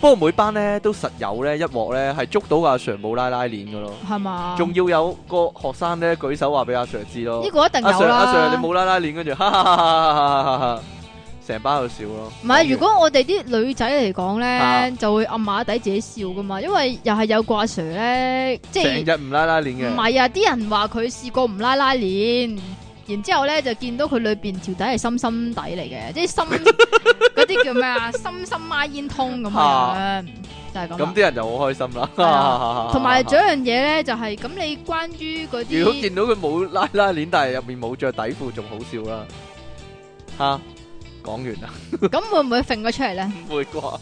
不過每班咧都實有咧一鑊咧係捉到阿 Sir 冇拉拉鏈嘅咯，
系嘛？
仲要有個學生咧舉手話俾阿 Sir 知咯
呢。個一定
阿
有
Sir
啦。
阿 Sir 你冇拉拉鏈，跟住哈哈哈哈哈哈哈哈，成班喺度笑咯。
唔係，如果我哋啲女仔嚟講
啊
咧，就會暗馬底自己笑噶嘛，因為又係有個阿 Sir 咧，即
成
係
日唔拉拉鏈
唔
嘅，
係啊？啲人話佢試過唔拉拉鏈，然之後咧就見到佢裏邊條底係深深底嚟嘅，即係深 嗰啲叫咩啊？深深孖煙通咁
啊
樣，就係咁
咁
啦。
啲人就好開心啦
係啊。同埋仲
如
有一樣嘢咧，就係咁，你關於嗰
果
啲
見到佢冇拉拉鏈，但係入面冇着底褲，仲好笑啦。吓，講完啦，
咁會唔會揈咗出嚟咧？
唔會啩？仲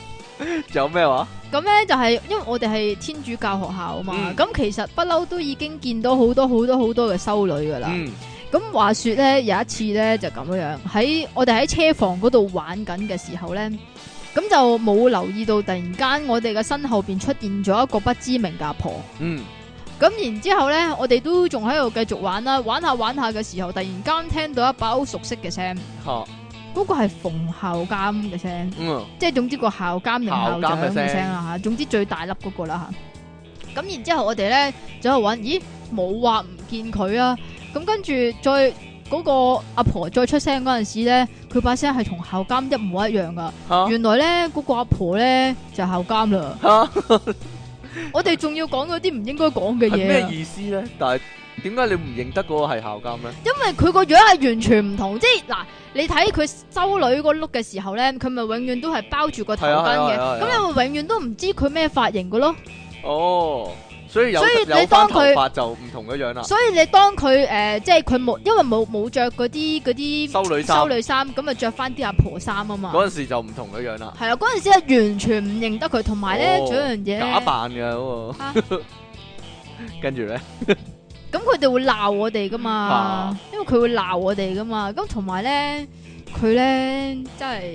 有咩話？
咁咧就係、因為我哋係天主教學校啊嘛
嗯，
咁、其實不嬲都已經見到好多好多好多嘅修女噶啦。
嗯，
咁、話說咧，有一次咧就咁樣樣，喺我哋喺車房嗰度玩緊嘅時候咧，咁就冇留意到突然間我哋嘅身後邊出現咗一個不知名嘅阿婆。
嗯，
咁然之後咧，我哋都仲喺度繼續玩啦，玩下玩下嘅時候，突然間聽到一把好熟悉嘅聲，
吓，
嗰、個係馮校監嘅聲。
嗯，
即係總之個校監定校長
校監嘅聲
嘅聲啦吓，總之最大粒嗰個啦吓。咁然之後我哋咧就喺度揾，咦冇話唔見佢啊！咁跟住再嗰、個阿婆再出聲嗰陣時咧，佢把聲係同校監一模一樣噶。
吓，
原來咧嗰、個阿婆咧就係校監啦。
吓，
我哋仲要講嗰啲唔應該講嘅
係
嘢
咩
啊，
意思咧？但係點解你唔認得嗰個係校監咧？
因為佢個樣係完全唔同。即係嗱，你睇佢修女個碌嘅時候咧，佢咪永遠都係包住個頭
係啊
巾
係啊
嘅，
係啊係啊
咁、你咪永遠都唔知佢咩髮型嘅咯。
哦，所以有
所以你
有翻
當
頭
佢
髮就唔同嘅樣啦。
所以你當佢诶、呃即係佢冇，因為冇冇着嗰啲嗰啲
修女衫
修女衫，咁啊着翻啲阿婆衫啊嘛。
嗰陣時就唔同嘅樣啦，
係啊，嗰阵时係完全唔認得佢，同埋咧
哦
仲有一樣嘢
假
呢，
扮嘅 嗰個。跟住咧，
咁佢哋會鬧我哋噶嘛
啊，
因為佢會鬧我哋噶嘛。咁同埋咧，佢咧真係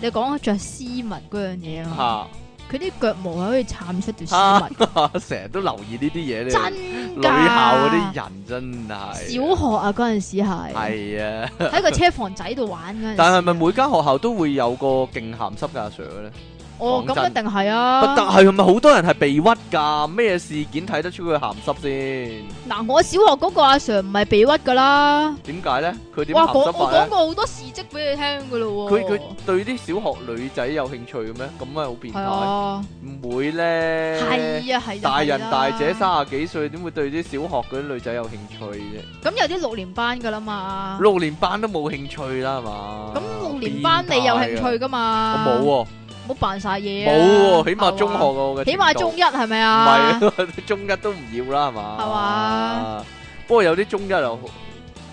你講着絲襪嗰樣嘢啊，
嚇
佢啲腳毛係可以撐出條
啊
絲襪，
成日都留意呢啲嘢咧。
真
女
㗎。
校嗰啲人真係
小學啊，嗰陣時係
係啊，
喺個車房仔度玩嗰陣時
但係咪每間學校都會有個勁鹹濕嘅阿 Sir 咧？
哦，
講
咁
真
一定係
不
啊。
但係咪好多人係被屈㗎？咩事件睇得出佢鹹濕先？
嗱，我小學嗰個阿 Sir 唔係被屈噶啦，
點解咧？佢點
哇，
鹹
講
濕
我
法
講
咧？
過好多事蹟俾你聽噶咯
佢
喎。
佢對啲小學女仔有興趣嘅咩？咁咪好變
係
態？
啊，
唔會咧。
係啊，係就
大人
係啦
大姐，三十幾歲，點會對啲小學嗰啲女仔有興趣啫？
咁有啲六年班噶啦嘛，
六年班都冇興趣啦，係嘛？
咁六年班你有興趣
㗎？
噶
我
嘛？
冇喎，
冇，冇扮晒嘢啊，
冇喎，起碼中學
係嘛，
我嘅程度，
起碼中一係咪
唔
啊？
係 中一都唔要啦，係嘛？
係嘛？
不過有啲中一又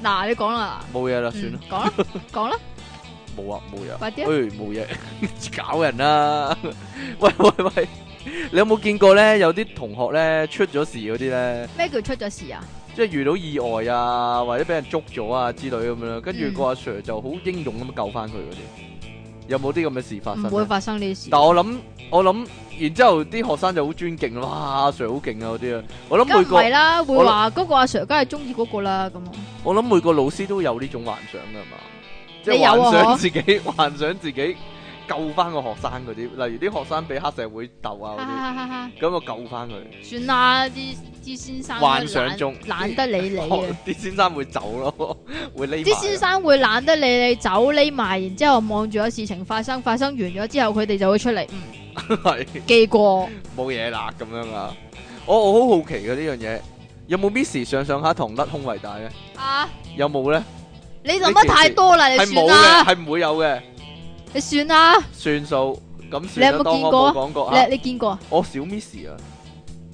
嗱，你講啦，
冇嘢啦，算啦
嗯，，講啦，講啦，
冇啊，冇嘢。
快啲啊，
诶，冇嘢， 搞人啦！喂喂喂，你有冇見過咧？有啲同學咧出咗事嗰啲咧？
咩叫出咗事啊？
即係遇到意外啊，或者俾人捉咗啊之類咁樣啦，跟住
嗯
個阿 Sir 就好英勇咁救翻佢嗰啲，有冇啲咁嘅事發生
唔
呢？
會發生呢啲事，
但我諗，我諗，然之後啲學生就好尊敬啦，哇，阿 Sir 好勁啊嗰啲啊，我諗
梗
每
唔係
個
啦，會
我
話嗰個阿 Sir 梗係中意嗰個啦，咁啊
我諗每個老師都有呢種幻想噶嘛，即係
你有 啊
幻想
嗬
自己幻想自己救翻個學生嗰啲，例如啲學生俾黑社會鬥啊
哈哈哈哈
嗰啲，咁我救翻佢。
算啦，啲啲先生
幻想中
懶懶得 理你嘅。
哦啲先生會走咯， 會匿
啲先
埋。
生會懶得理你走匿埋，然之後望住個事情發生，發生完咗之後，佢哋就會出嚟，嗯，
係
記過，
冇嘢啦咁樣啊！我我好好奇嘅呢樣嘢，有冇 Miss 上上下堂甩胸圍帶咧？
啊，
有冇咧？
你諗得太多啦，你
係
算
冇
啦
嘅，，係唔會有嘅，
你算啦，
算數咁
你有
算啦。
冇
當
見
我
過
冇
啊
講過啊
你你見過啊？
我小 Miss 啊，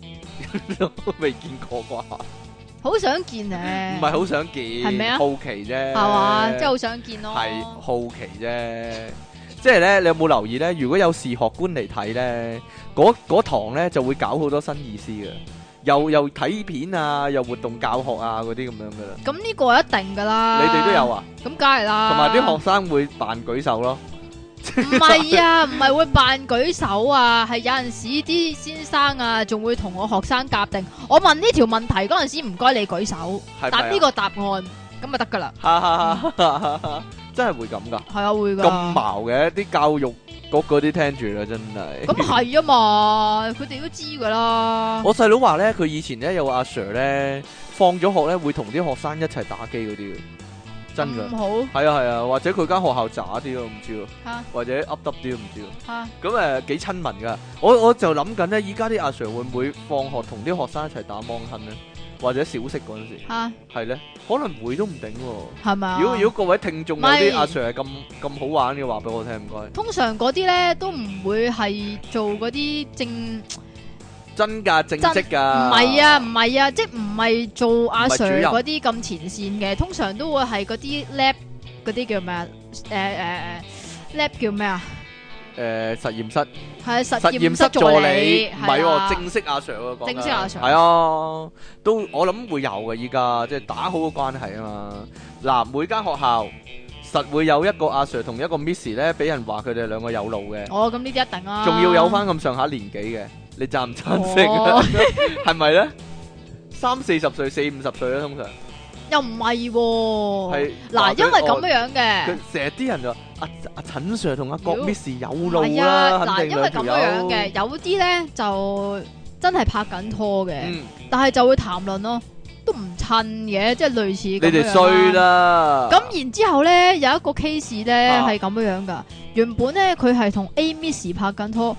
都未見過啩，唔
好想見咧，
係好想見，係
係咪啊
好奇啫，係
係嘛，即係好想見咯，
係好奇啫。即係咧，你有冇留意咧？如果有視學官嚟睇咧，嗰嗰堂咧就會搞好多新意思嘅，又又睇片啊，又活動教學啊嗰啲咁樣噶啦。
咁呢個一定噶啦，
你哋都有啊？
咁梗係啦，
同埋啲學生會扮舉手咯，
唔係啊，唔係會扮舉手啊，係有陣時啲先生啊，仲會同我學生夾定。我問呢條問題嗰陣時，唔該你舉手，
係
答
咪
呢
啊？
個答案，咁咪得噶啦。
哈哈哈哈哈哈！真係會咁噶，
係啊，會噶。
咁矛嘅啲教育局嗰啲聽住啦，真係。
咁係啊嘛，佢哋都知噶啦。
我細佬話咧，佢以前咧有個阿 Sir 咧，放咗學咧會同啲學生一齊打機嗰啲嘅，真㗎。
咁嗯好
係啊係啊，或者佢間學校渣啲咯，唔知喎，
吓
或者噏耷啲都唔知喎。
吓，
咁誒幾親民㗎。我我就諗緊咧，依家啲阿 Sir 會唔會放學同啲學生一齊打芒亨咧，或者小息嗰陣時
吓
係咧，可能會都唔頂喎。
係啊咪啊？
如果如果各位聽眾有啲
咪
阿 Sir 係咁咁好玩嘅，話俾我聽唔該。
通常嗰啲咧都唔會係做嗰啲正，
真㗎正職㗎。
唔係啊，唔係啊，即係唔係做阿
唔係主
Sir
任
嗰啲咁前線嘅，通常都會係嗰啲 lab 嗰啲叫咩啊？誒誒誒，lab 叫咩啊？
誒實驗室。
係啊實
實驗
驗
室
室
助理，
唔
唔係喎，正式阿 Sir 喎，講緊
正式阿 Sir
係啊，都我諗會有嘅，依家即係打好個關係啊嘛。嗱，每間學校實會有一個阿 Sir 同一個 Miss 咧，俾人話佢哋兩個有腦嘅，
哦，咁呢啲一定啊，
仲要有翻咁上下年紀嘅，你贊唔贊成啊
哦？
係咪咧？三四十歲、四五十歲啦，通常
又唔係喎。
係話佢
嗱，
哦
因為咁
我
樣嘅
佢。成日啲人就話阿阿陳 Sir 同阿郭
妖
Miss 有
係
腦啦，
啊，
肯
嗱，
定
因為
兩
咁
條
樣
友
嘅，有啲咧就真係拍緊拖嘅，
嗯，
但係就會談論咯，都唔襯嘅，即係類似啊
你
你
哋衰。啦。
咁然之後咧，有一個 case 咧
啊
係咁樣樣噶，原本咧佢係同 A Miss 拍緊拖，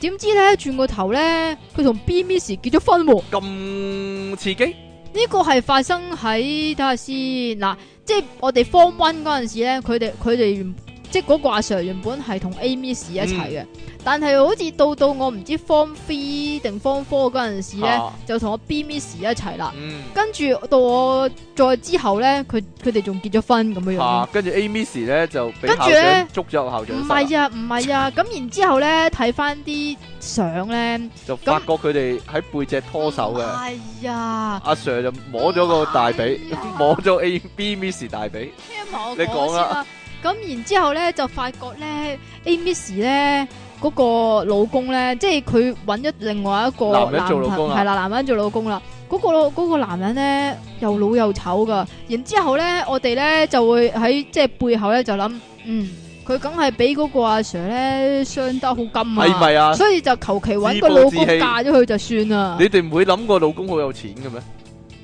點知咧轉個頭咧佢同 B Miss 結咗婚喎。
咁刺激？
呢個係發生喺睇下先嗱，即係我哋 form one 嗰陣時咧，佢哋佢哋原即係嗰個阿 Sir 原本係同 A Miss 一齊
嗯
嘅，但係好似到到我唔知 form three 定 form four 嗰陣時咧，
啊
就同我 B Miss 一齊啦。
嗯，
跟住到我再之後咧，佢佢哋仲結咗婚咁樣
吓
樣。，
跟住 A Miss 咧就俾
跟
校
住呢
長捉咗入校長
唔
室啦，
係啊，唔係啊，咁然之後咧睇翻啲相咧，
就發覺佢哋喺背脊拖手
Dạ.
嘅，
係啊，
阿 Sir 就摸咗個大髀
哎 呀，
摸咗 A B Miss 大髀，
聽埋我
你講
講先啦。咁然之後咧，就發覺咧，A Miss 咧嗰、個老公咧，即係佢揾咗另外一個
男人做老
朋
公啊
係啦，男人做老公啦。嗰、個老嗰個男人咧又老又醜噶。然之後咧，我哋咧就會喺即係背後咧就諗，嗯，佢梗係俾嗰個阿 Sir 咧傷得好金啊，
係咪啊？
所以就求其揾個
自暴
老
自
公
棄
嫁咗佢就算啦
你。哋唔會諗過老公好有錢嘅咩？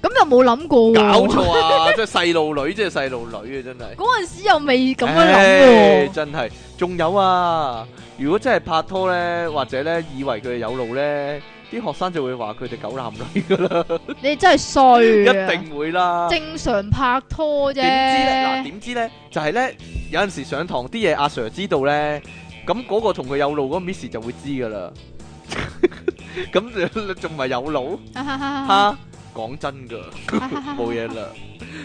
咁又冇諗過
搞
喎，
錯啊！即係細路女，即係細路女啊！真係
嗰陣時又未咁樣
唉
諗喎。
真係。仲有啊，如果真係拍拖咧，或者咧以為佢哋有路咧，啲學生就會話佢哋狗男女噶啦，
你真 係衰啊！
一定會啦。
正常拍拖啫。
點知咧？ 嗱，點知咧？就係咧，有陣時上堂啲嘢阿 Sir 知道咧，咁嗰個同佢有路嗰個 Miss 就會知噶啦。 咁仲咪有路
哈
嚇？講真 噶，冇
冇
嘢啦。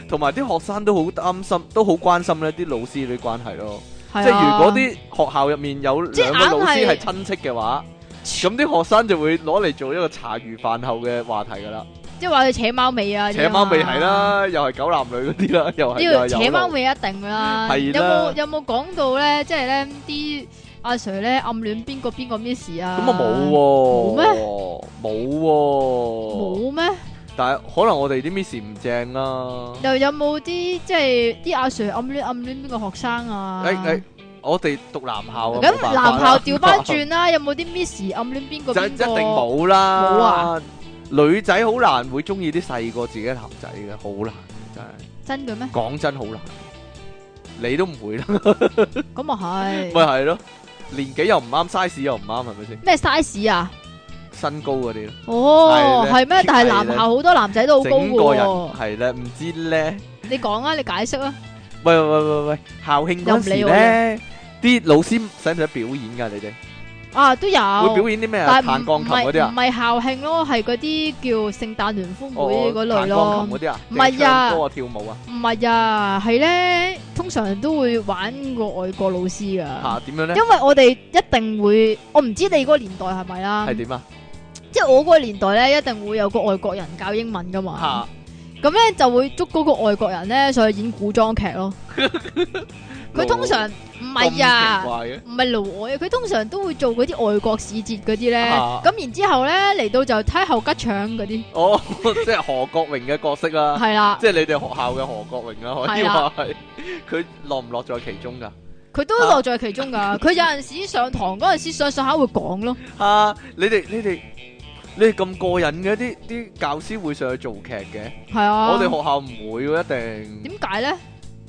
同埋啲學生都好擔心，都好關心咧啲老師啲關係咯。
即
即係如果啲學校入面有兩個老師係親戚嘅話，咁啲學生就會攞嚟做一個茶餘飯後嘅話題噶啦。
即係話佢扯貓尾啊，
扯貓尾係，啦，又係狗男女嗰啲啦，又係
呢
又
個
係有
扯貓啊
路
尾一定㗎啦。
係
有
啦
冇有冇講到咧？即係咧啲阿 Sir 咧暗戀邊個邊個 Miss 啊？
咁啊冇喎，冇喎，
冇咩？
但係可能我哋啲 miss 唔正啦。
又有冇啲即係啲阿 Sir 暗戀暗戀邊個學生啊？
誒誒，我哋讀男校啊，冇
咁
辦法
男
啦
校調翻轉啦，有冇啲 miss 暗戀邊 個
就
邊
一
個？
定冇啦。
冇啊！
女仔好難會中意啲細過自己嘅男仔嘅，好難真係。
真嘅咩？
講真好難，你都唔會啦，
咁啊
咪
係
係咯？年紀又唔啱，size 又唔啱，係咪先？
咩 size 啊？
身高嗰啲咯，
哦，
係
係
咧
咩？但係
係
男
咧
校好多男仔都好高
整個人
嘅喎。
係咧，唔知咧。
你講啊，你解釋啊。
喂喂喂喂喂，校慶嗰陣時
又唔理我
咧，啲老師使唔使表演㗎？你哋
啊，都有。
會表演啲咩啊？
但係
彈鋼
唔
琴嗰啲
唔
啊？
係校慶咯，係嗰啲叫聖誕聯歡會嗰類
哦彈鋼。
咯
琴嗰啲啊？
唔係啊
定唱歌啊，跳舞啊？
唔係啊，係咧，通常都會玩個外國老師噶，
嚇點樣咧
因？為我哋一定會，我唔知你嗰個年代係咪啦，
係點啊？
即係我嗰個年代咧，一定會有個外國人教英文噶嘛
嚇，
咁咧就會捉嗰個外國人咧上去演古裝劇 咯。佢通常唔係
咁
啊
奇。怪嘅。
唔係勞外，佢通常都會做嗰啲外國使節嗰啲咧，咁、
啊
然之後咧嚟到就睇後吉腸 嗰啲，
哦， 即係何國榮嘅角色啦，
係啦，
即係你哋學校嘅何國榮啦，可以
係啦
話係。佢落唔落在其中噶？
佢都樂在其中㗎。佢有陣時上堂嗰陣時上上下會講咯，
啊，你哋你哋你哋咁過癮嘅，啲啲教師會上去做劇嘅，
係啊。
我哋學校唔會喎，一定
點解咧？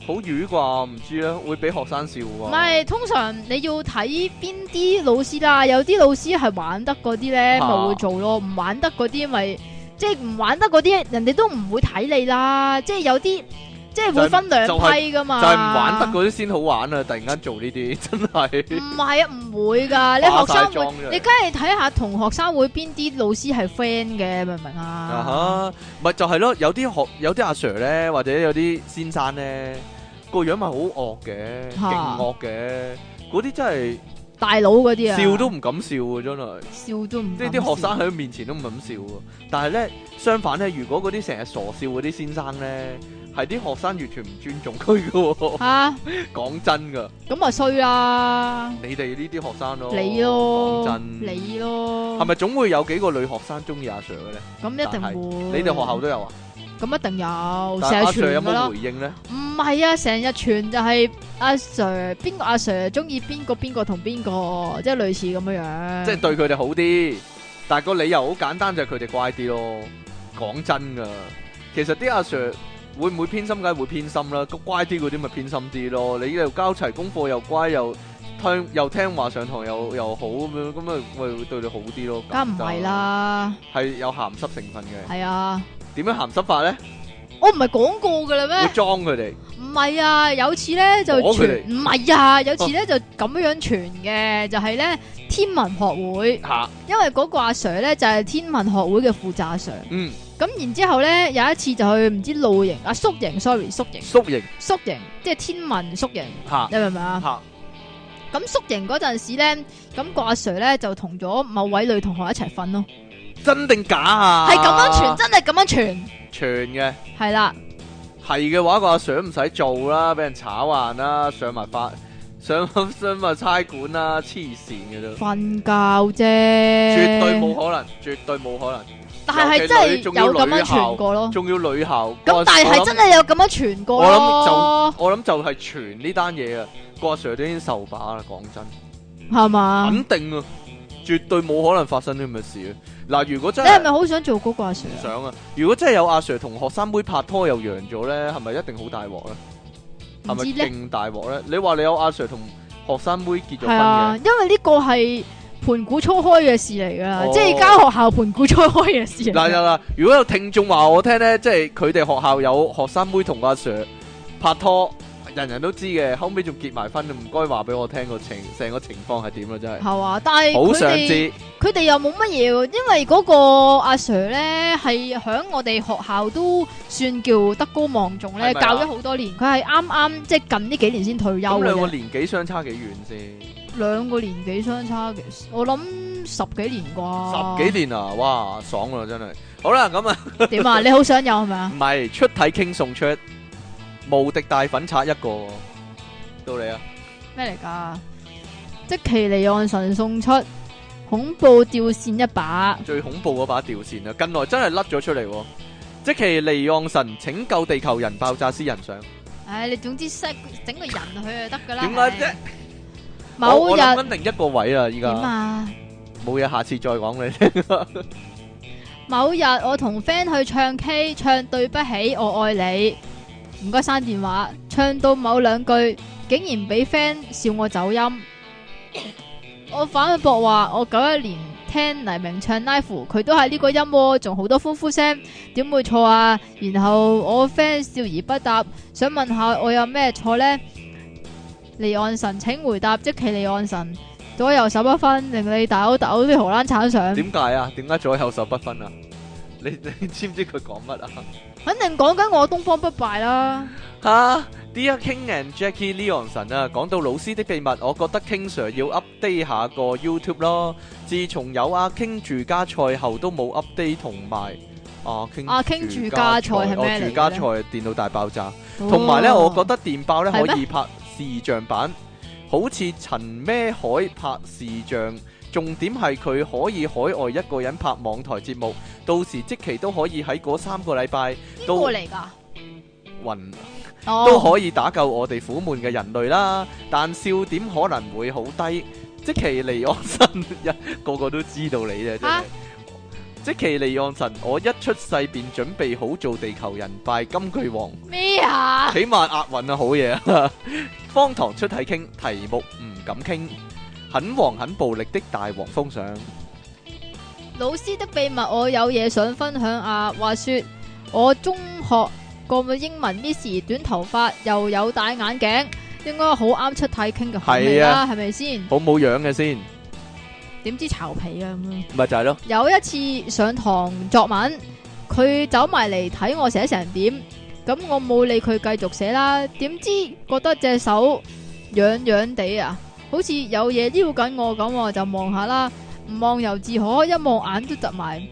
好魚啩，唔知啦，會俾學生笑
唔
喎。
係通常你要睇邊啲老師啦，有啲老師係玩得嗰啲咧，
啊
咪會做咯；唔玩得嗰啲咪即係唔玩得嗰啲，人哋都唔會睇你啦。即係有啲即係會分兩
就係
批㗎嘛。
就係唔玩得嗰啲先好玩啊！突然間做呢啲， 真係
唔係啊，唔會㗎。你
化
學
晒
生
妝
會，
啫
你梗係睇下同學生會邊啲老師係 friend 嘅，明唔明
啊
啊？
哈，咪就係咯，有啲學有啲阿 Sir 咧，或者有啲先生咧，個樣咪好惡嘅，
嚇
勁惡嘅，嗰啲真係。
大佬嗰啲啊，
笑都唔敢笑啊！真係，
笑都唔
即係
敢
啲學
笑
生喺佢面前都唔敢笑啊！但係咧，相反咧，如果嗰啲成日傻笑嗰啲先生咧，係啲學生完全唔尊重佢嘅 喎。
吓。
講真噶，
咁啊衰啦，
你哋呢啲學生咯，
你咯，
哦講真，
你啊咯，
係咪總會有幾個女學生中意阿 Sir 嘅咧？
咁一定會？
你哋學校都有啊？
咁一定有，
但係阿
成
Sir
日
有
傳噶
冇
啦
回，應咧？
唔係啊，成日傳就係阿 Sir 邊個阿 Sir 中意邊個邊個同邊個，即係類似咁樣樣。
即係對佢哋好啲，但係個理由好簡單，就係佢哋乖啲咯。講真噶，其實啲阿 Sir 會唔會偏心，梗係會偏心啦。個乖啲嗰啲咪偏心啲咯。你又交齊功課又乖又聽又聽話上堂又又好咁樣，咁咪咪會對你好啲咯。
梗唔係，啦，
係有鹹濕成分嘅。
係啊，
點樣鹹濕法咧？
我唔係講過噶啦
會
咩？
裝佢哋，
唔係啊，有次咧就
摸佢
傳
哋，
唔係啊，有次咧就咁樣樣傳嘅，就係咧天文學會，
嚇，
因為嗰個阿 Sir 咧就係天文學會嘅負責阿 Sir。
嗯，
咁然之後咧，有一次就去唔知露營啊宿營，sorry 宿營
縮型
宿營，即係天文宿營，
嚇
你明唔明啊？
嚇，
咁宿營嗰陣時咧，咁個阿 Sir 咧就同咗某位女同學一齊瞓咯，
真定假啊？
係咁、樣傳，真係咁樣傳，
傳嘅。
係啦，
係嘅話，個阿 Sir 唔使做啦，俾人炒爛啦，上埋法上 上埋差館啦，黐線嘅都，
瞓覺
絕
啫，絕
對冇，可能，絕對冇可能，
但係係真係有咁樣傳過咯，
仲要女校。個
咁
阿
但係係
我
真
諗
係有咁樣傳過咯，
我諗就係傳呢單嘢啊，個阿 Sir 都已經受把啦，講真，
係嘛？
肯定啊，絕對冇可能發生啲咁嘅事啊！嗱，如果
你
真
係咪
係
好想做嗰個阿
唔
Sir 啊？
想啊，如果真係有阿 Sir 同學生妹拍拖又揚咗咧，係咪一定好大鑊咧？係
唔
咪
知咧，
勁大鑊咧？你話你有阿 Sir 同學生妹結咗
係
婚嘅
啊，因？為呢個係盤古初開嘅事嚟
哦
噶，即係間學校盤古初開嘅事嚟㗎。
嗱嗱嗱！如果有聽眾話我聽咧，即係佢哋學校有學生妹同阿 Sir 拍拖，人人都知嘅，後尾仲結埋婚，唔該話俾我聽個情成個情況係點啊啦，真係
係嘛？但係
好
佢
想
哋
知
佢哋又冇乜嘢喎，因為嗰個阿 Sir 咧係響我哋學校都算叫德高望重咧，
係咪啊
教咗好多年。佢係啱啱即係近呢幾年先退休
咁兩個
嘅，
年紀相差幾遠先？
兩個年紀相差嘅，我諗十幾年啩。
十幾年啊！哇，爽啦真係！好啦，咁啊，
年點啊？你好想有係咪啊？
唔係出體傾送出無敵大粉刷一個，到你啊！
咩嚟噶？即奇尼岸神送出恐怖吊線一把，
最恐怖嗰把吊線啊！近來真係甩咗出嚟喎，即其離岸神拯救地球人爆炸私人相。
唉，你總之識整個人去就得噶啦。
點解啫？我
某
我
日
諗緊另一個位啊，依
點
家
啊？
冇嘢，下次再講你。
某日我同 friend 去唱 K，唱對不起我愛你，唔該刪電話，唱到某兩句，竟然俾 friend 笑我走音。我反駁話我九一年聽黎明唱 live，佢都係呢個音喎，仲好多呼呼聲，點會錯啊？然後我 friend 笑而不答，想問下我有咩錯呢？離岸神請回答，即其離岸神左右手不分，令你大口大口啲荷蘭橙上。
點解啊？點解左右手不分啊？你你知唔知佢講 乜啊？
肯定講緊我東方不敗啦，
吓，Dear King and Jackie Leonson 啊，講到老師的秘密，我覺得 King Sir 要 update 下個 YouTube 咯。自從有阿 King 住家賽後，都冇 update 同埋阿 King
阿啊 King 住家賽係
哦
咩嚟嘅呢
住家賽電腦大爆炸。同埋咧，我覺得電爆咧
哦係
可
咩
以拍視像版，好似陳咩海拍視像。重點係佢可以海外一個人拍網台節目，到時即期都可以喺嗰三個禮拜
邊
都
個嚟㗎？
雲
哦
都可以打救我哋苦悶嘅人類啦。但笑點可能會好低，即期離岸神 一個個都知道你嘅真係
啊。
即期離岸神，我一出世便準備好做地球人，拜金句王。
咩啊？
起碼押韻啊，好嘢啊！ 方唐出體傾題目唔敢傾，很黃很暴力的大黃蜂上。
老師的秘密，我有嘢想分享啊！話說我中學個英文 Miss 短頭髮又有戴眼鏡，應該好啱出體傾嘅口味
啊
啦，係咪先？
好冇樣嘅先，
點知巢皮啊咁樣。
咪就係咯。
有一次上堂作文，佢走埋嚟睇我寫成點，咁我冇理佢繼續寫啦。點知覺得隻手癢癢地啊，好似有嘢撩緊我咁喎，就望下啦。唔望由自可，一望眼都窒埋。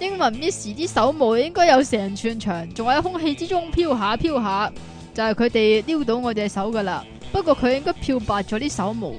英文 Miss 啲手毛應該有成寸長，仲喺空氣之中飄下飄下，就係佢哋撩到我隻手噶啦。不過佢應該漂白咗啲手毛，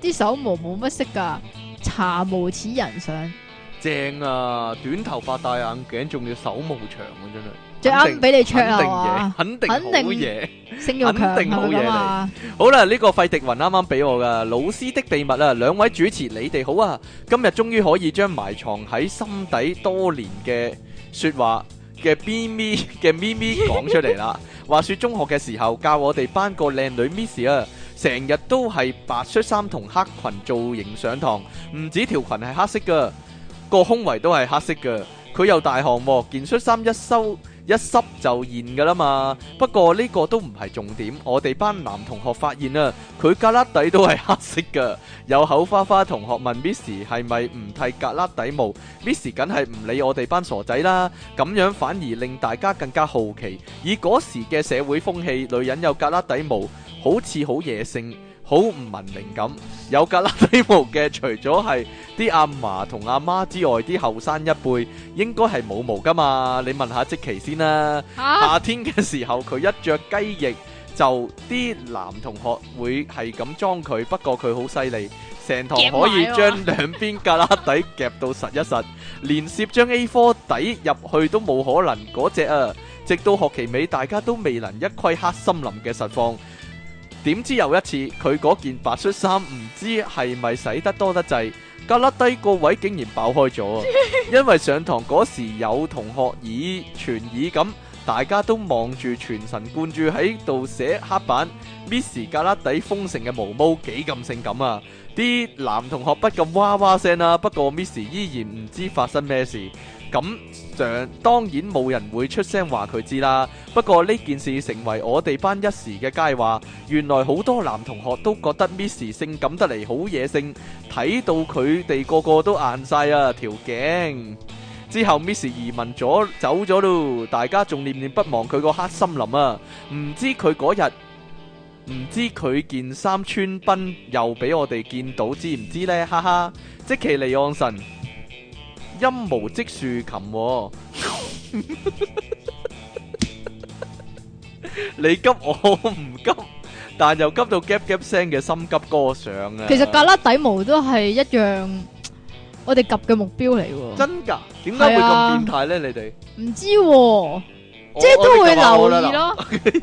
啲手毛冇乜色噶，茶無此人上。
正啊，短頭髮戴眼鏡，仲要手毛長啊，真
最
係。
啱俾你唱
肯定
啊
嘢，！肯定
肯
好
定
嘢。
性慾強
肯定好嘢嚟
係咪咁啊！
好啦，呢、個費迪雲啱啱俾我噶老師的秘密啊，兩位主持你哋好啊，今日終於可以將埋藏喺心底多年嘅说話嘅咪咪 嘅咪咪講出嚟啦。話說中學嘅時候教我哋班個靚女 Miss 啊，成日都係白恤衫同黑裙造型上堂，唔止條裙係黑色噶，個胸圍都係黑色噶，佢又大汗喎、件恤衫一收。一濕就現噶啦嘛。不過呢個都唔係重點，我哋班男同學發現啊，佢格拉底都係黑色噶。有口花花同學問 Miss 係咪唔剃格拉底毛，Miss 梗係唔理我哋班傻仔啦。咁樣反而令大家更加好奇。以嗰時嘅社會風氣，女人有格拉底毛，好似好野性。好唔文明咁，有格拉底毛嘅，除咗係啲阿嫲同阿媽之外，啲後生一輩應該係冇毛噶嘛？你問下即奇先啦。
嚇
夏天嘅時候，佢一着雞翼就啲男同學會係咁裝佢，不過佢好犀利，成堂可以將兩邊格拉底夾到實一實，連攝張 A4 底入去都冇可能嗰只啊！直到學期尾，大家都未能一窺黑森林嘅實況。點知有一次，佢嗰件白恤衫唔知係咪洗得多得滯，格拉低個位竟然爆開咗啊！因為上堂嗰時有同學以傳耳咁，大家都望住全神貫注喺度寫黑板。Miss 格拉底豐盛嘅毛毛幾咁性感啊！啲男同學不禁哇哇聲啦、不過 Miss 依然唔知發生咩事。咁上當然冇人會出聲話佢知啦。不過呢件事成為我哋班一時嘅佳話。原來好多男同學都覺得 Miss 性感得嚟好野性，睇到佢哋個個都硬晒啊條頸。之後 Miss 移民咗走咗咯，大家仲念念不忘佢個黑森林啊！唔知佢嗰日。唔知佢件衫穿崩又俾我哋見到，知唔知呢？哈哈！即其離岸神，陰無即樹琴、喎。 你急我唔急，但又急到 gap gap 聲嘅心急歌上啊！
其實格拉底毛都係一樣，我 哋及嘅目標嚟喎。
真㗎？點解會
係啊
咁變態呢？你哋
唔知喎，即係
我
都
我
會
你夠我啦
留意咯。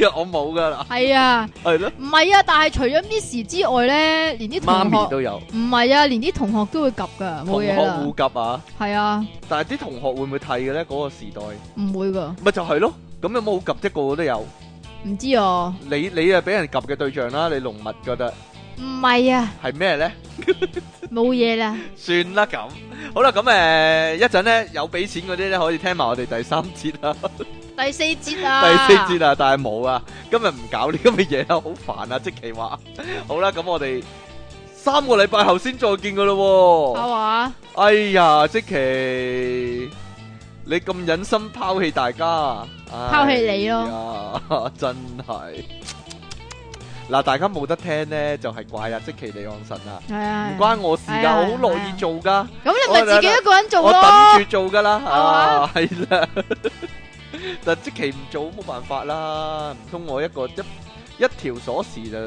嗱 我冇噶啦，
係啊，
係咯，
唔係啊，但係除咗 Miss 之外咧，連啲
媽
同
咪
學
都有，
唔係啊，連啲同學都會及噶，
同
冇嘢
學
啦
互。及啊，
係啊，
但係啲同學會唔會剃嘅咧？嗰個時代
唔會噶，
咪就係咯，咁有冇好及啫？個個都有，
唔知啊，
你你啊俾人及嘅對象啦，你濃密覺得
唔係啊，
係咩咧？
冇嘢啦。
算啦咁，好啦咁誒，一陣咧有俾錢嗰啲咧可以聽埋我哋第三節啦。
第四節啊，
第四節啊，但係冇啊，今日唔搞呢咁嘅嘢啦，好煩啊！即 其話，好啦，咁我哋三個禮拜後先再見噶咯
係嘛？
喎。哎呀，即其，你咁忍心拋棄大家，
拋棄你
咯，真係。嗱，大家冇得聽咧，就係怪啊！即其李昂臣啊，
係
唔
啊，
關我事
係
噶，
啊
好
係啊
樂意做噶。
咁你咪自己一個人 做
我
咯
等。住做噶 啦，
嘛
啊，系啦， 但即期唔做冇辦法啦，唔通我一個一一條鎖匙就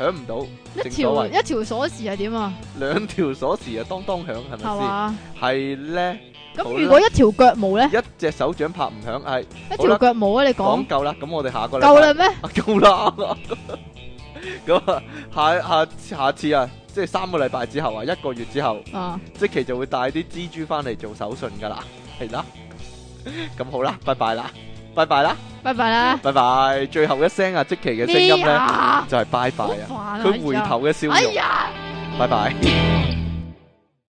響唔到，
一
正
條
所謂
一條鎖匙係點啊？
兩條鎖匙啊當當響係
係
咪
嘛？
先？係咧，好啦
咁如果一條腳毛咧，
一隻手掌拍唔響，係
一條腳毛啊？你
講
講
夠啦，咁我哋下個禮拜
夠啦咩？
啊夠啦， 咁啊下下下次啊，即係三個禮拜之後啊，一個月之後。
啊，
即期就會帶啲蜘蛛翻嚟做手信噶啦，係啦。咁好啦，拜拜啦，拜拜啦，
拜拜啦。
拜拜。最後一聲啊，即期嘅聲音咧
呢下
就係拜拜
好
啊，
煩啊！
佢回頭嘅笑
哎
容，
呀。
拜拜。
哎呀